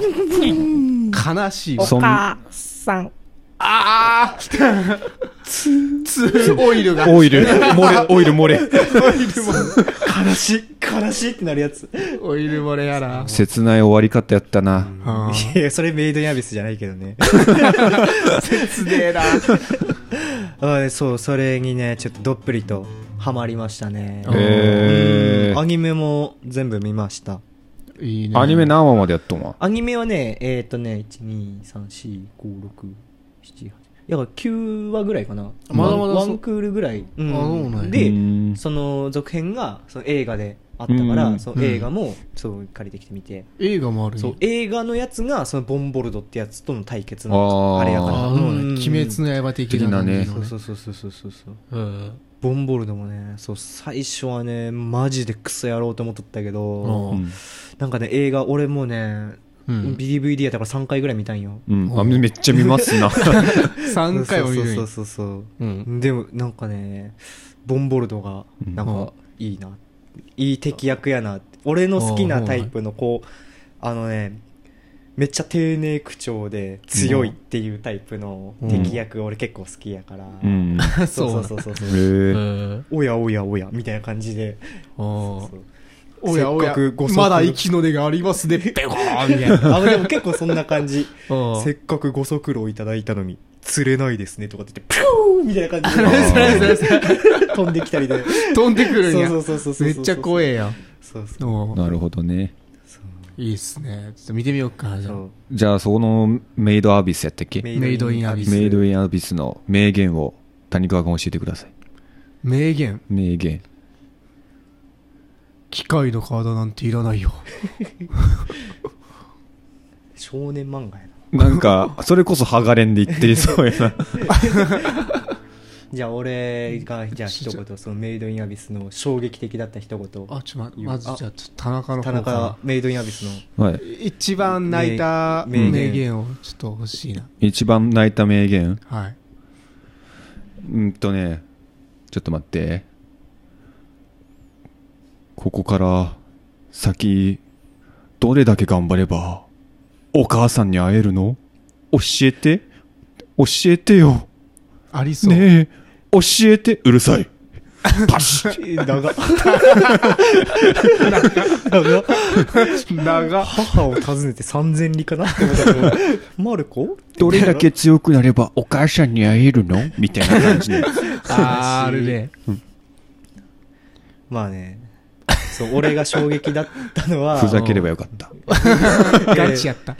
S2: 悲しい
S1: そん、
S2: ああツーオイルが。
S1: オイル、漏 れ、オイル漏れ。
S3: 悲しい、悲しいってなるやつ。
S2: オイル漏れやら。
S1: 切ない終わり方やったな。
S2: あー
S3: いや、それメイドインアビスじゃないけどね。
S2: 切ねえな。
S3: あーそう、それにね、ちょっとどっぷりとハマりましたね。
S1: え
S3: うんアニメも全部見ました。
S2: いいね
S1: ー、アニメ何話までやっとんわ。
S3: アニメはね、えっ、ー、とね、1、2、3、4、5、6、7、8。だから9話ぐらいかな。
S2: まだまだ
S3: ワ
S2: そ
S3: ンクールぐらい。う
S2: あそうなんや
S1: う
S3: で、
S1: ん
S3: その続編がその映画であったから、
S1: うん
S3: その映画もそう借りてきてみて、
S2: 映画もある
S3: そう
S2: ね。
S3: 映画のやつがそのボンボルドってやつとの対決
S1: あ
S3: の
S1: ー
S3: あれやから
S2: あー、
S3: う
S2: う
S3: ん
S2: ん鬼滅の刃的な感じの。
S1: 的な
S3: そうそうそうそうそうそうそ
S2: う
S3: う
S2: ん。
S3: ボンボルドもねそう最初はねマジでクソやろうと思っとったけど、
S1: うん
S3: なんかね映画俺もね、
S2: うん。
S3: DVD やったから3回ぐらい見たんよ
S1: うん。あ、めっちゃ見ます な。
S2: 3回も見るん
S3: そ
S2: や
S3: うそうそうそう
S2: うん。
S3: でもなんかねボンボルドが
S1: うん
S3: なん
S2: うん
S3: かいいな、いい敵役やなって俺の好きなタイプのこうあのねめっちゃ丁寧口調で強いっていうタイプの敵役が俺結構好きやから、
S1: うん。へ
S3: そうそうそうそうそう
S1: えー。
S2: うん。
S3: おやおやおやみたいな感じで
S2: お
S3: そう
S2: やお
S3: せっ
S2: や
S3: かくご、足
S2: まだ 息の根があります ね。ベコーンみたいな。
S3: あでも結構そんな感じ
S2: うん
S3: せっかくご足労いただいたのに釣れないですねとかって言ってピューみたいな感じで飛んできたりで
S2: 飛んでくるんや。
S3: そうそうそうそうそ
S2: め
S3: う
S2: っちゃ怖えやん。
S3: そうそう
S2: おー
S1: なるほどね。
S2: いいっすね。ちょっと見てみようか、じゃあ
S3: そう
S1: じゃあ、そこのメイドアビスやったっけメ
S2: メイドインアビス
S1: イドインアビスの名言を谷川君教えてください。
S2: 名言。
S1: 名言。
S2: 機械の体なんていらないよ。
S3: 少年漫画やな
S1: なんか、それこそハガレンで言ってりそうや な。
S3: じゃあ俺がじゃあ一言そのメイドインアビスの衝撃的だった一言
S2: あ、ちょ、ま、まずじゃあ、ちょっと田中の
S3: 田
S2: 方か
S3: 中
S2: ら。
S3: メイドインアビスの
S1: はい。
S2: 一番泣いた
S3: 名
S2: 名
S3: 言
S2: 言をちょっと欲しいな。
S1: 一番泣いた名言
S2: はい。
S1: うんとね、ちょっと待って。ここから先、どれだけ頑張れば、お母さんに会えるの教えて。教えてよ。
S2: ありそう。
S1: ねえ、教えて。うるさい。パシッ
S3: 長長長母を訪ねて三千里かなって思ったけどマルコ
S1: どれだけ強くなればお母さんに会えるのみたいな感じで。
S2: あーあれね。
S3: まあねそう俺が衝撃だったの は
S1: ふざければよかった。
S2: ガチやった。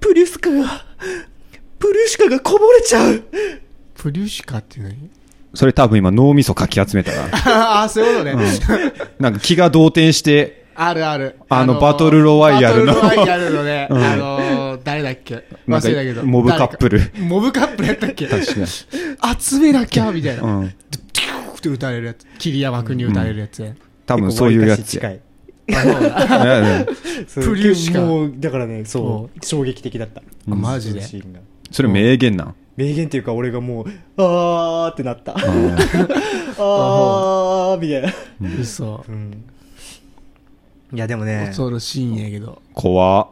S3: プリュスカがプリュシカがこぼれちゃう
S2: プリュシカって何
S1: それ多分今脳みそかき集めた な。
S2: ああ、そういうことね。
S1: なんか気が動転して、
S2: あるある。
S1: あの
S2: ー
S1: バトルロワイヤルの
S2: バトルロワイヤル のね、あのー、誰だっけ
S1: なん
S2: 忘
S1: か
S2: れたけど。
S1: モブカップル
S2: 誰かモブカップルやったっけ
S1: 確かに
S2: 集めなきゃみたいな。
S1: う
S2: ド
S1: ん
S2: キューって打たれるやつ。桐山君に打たれるやつね。
S1: 多分そういうやつ
S3: 結構
S1: や。
S3: 割かし
S2: あそうだ
S1: いやいや
S3: 近い
S2: プ
S3: プ
S2: リ
S3: リ
S2: ュ
S3: ュ
S2: シカ
S3: もうだからね
S2: そ
S3: そう衝撃的だった
S2: あマジで。
S3: シーンが
S1: それ名言なん。
S3: 名言っていうか俺がもうあーってなったあ ーみたいな、
S2: 嘘。
S3: うん、いやでもね
S2: 恐ろしいんやけど。
S1: 怖っ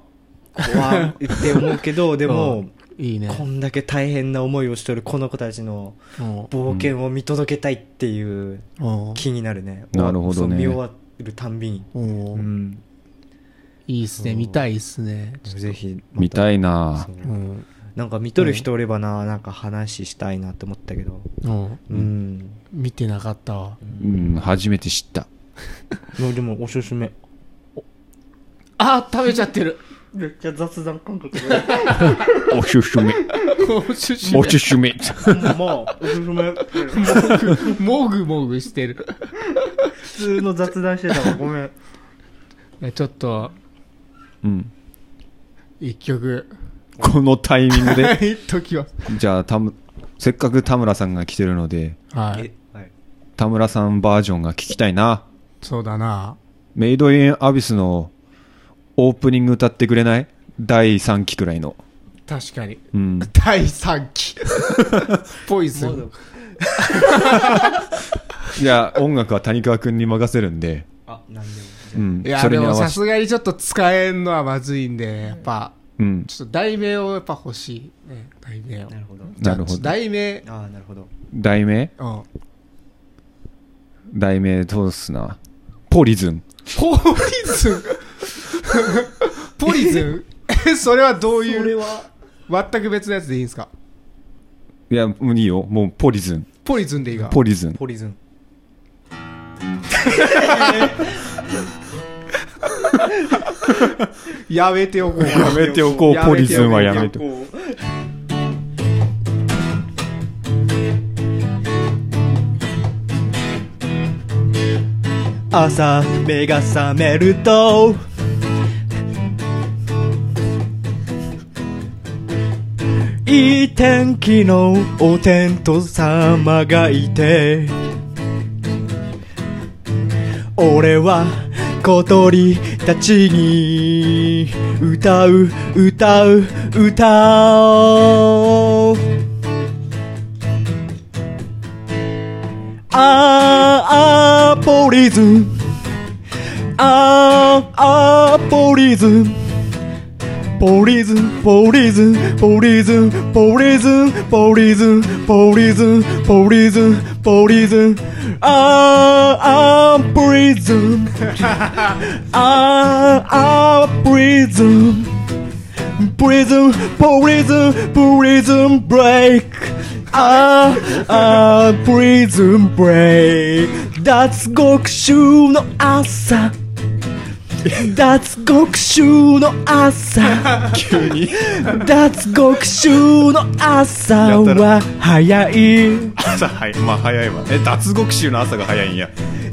S3: 怖いって思うけどでも、
S2: いいね。
S3: こんだけ大変な思いをしとるこの子たちの
S2: も
S3: 冒険を見届けたいっていう
S2: うもう
S3: 気になるね、
S1: なるほどね
S3: そう見終わるたんびに、
S2: も
S3: う、
S2: うんいいっすね。見たいっすね。
S3: ぜひ
S1: 見たいな
S3: そう
S2: うん。
S3: なんか見とる人おればななんか話したいなって思ったけど
S2: うん。
S3: うん、
S2: 見てなかったわ。
S1: うん、初めて知った。
S3: もうでもおすすめ
S2: あー食べちゃってる。
S3: めっちゃ雑談感 覚
S1: おすすめ。
S2: おしゅしゅ
S1: おすすめ。
S3: もう、おすすめ。
S2: もぐもぐしてる。
S3: 普通の雑談してたわ、ごめん。
S2: いやちょっと、
S1: うん。
S2: 一曲、
S1: このタイミングで。
S2: 言っときます。
S1: じゃあ、たむ、せっかく田村さんが来てるので、
S2: はい。
S3: はい。
S1: 田村さんバージョンが聞きたいな。
S2: そうだな。
S1: メイドインアビスのオープニング歌ってくれない第3期くらいの。
S2: 確かに。
S1: うん。
S2: 第3期。ポイズン。
S1: いや、音楽は谷川くんに任せるんで。
S3: あ、なんでも。
S1: うん
S2: い。や、
S1: それ
S2: で
S1: に合
S2: も
S1: わ
S2: さ
S1: せて。
S2: すがにちょっと使えんのはまずいんで、やっぱ、
S1: うん。
S2: ちょっと題名をやっぱ欲しい。ね、題名を。
S3: なるほど
S1: なるほ
S2: ちょっ
S1: ど。
S2: と題名。
S3: ああなるほど
S1: 題名
S2: うん。
S1: 題名どうすな。ポリズン。
S2: ポリズン ポリズン それはどう
S3: それ
S2: いう、
S3: は
S2: 全く別のやつでいいんですか
S1: いや、もういいよ。もうポリズン。
S2: ポリズンでいいが。
S1: ポリズン。
S3: ポリズン
S2: やめておこう。
S1: やめておこう、
S2: やめて
S1: ポリズンはやめて。
S3: こう朝目が覚めるといい天気のお天道様がいて俺は小鳥たちに歌う歌う歌うあーあーポリズンあーあーポリズンポリズンポリズンポリズンポリズンポリズンポリズンポリズンポリズン Ah, あーあーポリズンあーあーポリズンポリズンポリズンポリズンブレイクあーあーポリズンブレイク脱獄囚の朝脱獄囚の朝急に脱獄囚の朝は早い
S4: 朝早いまあ早いわえ脱獄臭の朝が早いんや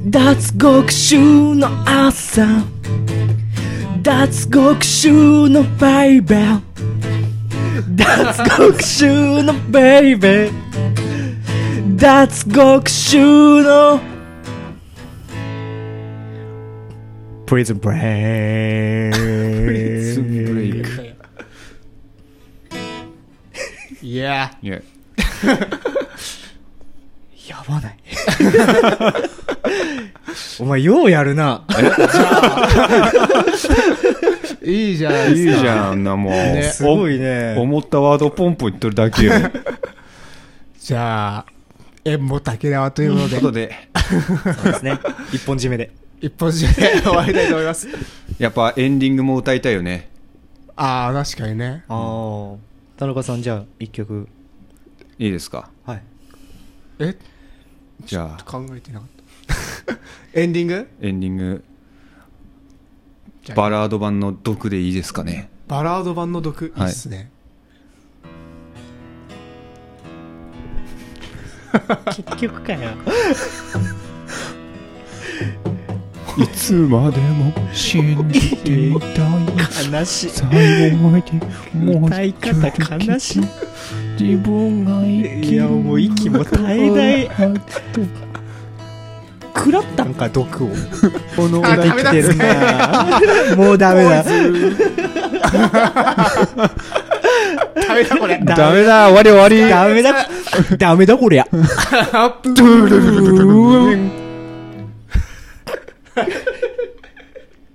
S3: 脱獄囚の朝脱獄囚のベイベー脱獄囚のベイベー脱獄囚のプリズンブレイクプリズンブレイク
S2: いや
S1: いや、
S3: やばない お前ようやるな
S2: いいじゃない
S1: い
S2: ですか。
S1: じゃん、あんなもう。
S3: すごいね
S1: 思ったワードポンポン言ってるだけよ。
S2: じゃあ、縁も竹縄ということ
S1: とい
S2: で
S1: うこ、とで、
S3: そうですね一本締めで
S2: 一本締め終わりたいと思います。
S1: やっぱエンディングも歌いたいよね。
S2: ああ、確かにね。
S3: ああ田中さんじゃあ一曲
S1: いいですか
S3: はい
S2: え
S1: じゃあ、
S2: 考えてなかった。 エンディング
S1: エンディング
S2: じゃ、あ
S1: バラード版の毒でいいですかね。
S2: バラード版の毒、いい
S1: はい
S2: っすね。
S3: 結局かよ
S1: いつまでも信じていたい。
S3: 悲しい
S1: 最後までも
S3: 歌い方悲しい
S1: 自分が生
S3: いやもう息も絶えない食らったんか毒をこのお
S2: あ
S3: 題
S2: ダメ
S3: 来
S2: だ
S3: てるな もうダメだ
S2: ダメだこれ。
S1: ダメだ、終わり終わり。
S3: ダメだダメだこりゃ
S2: アップ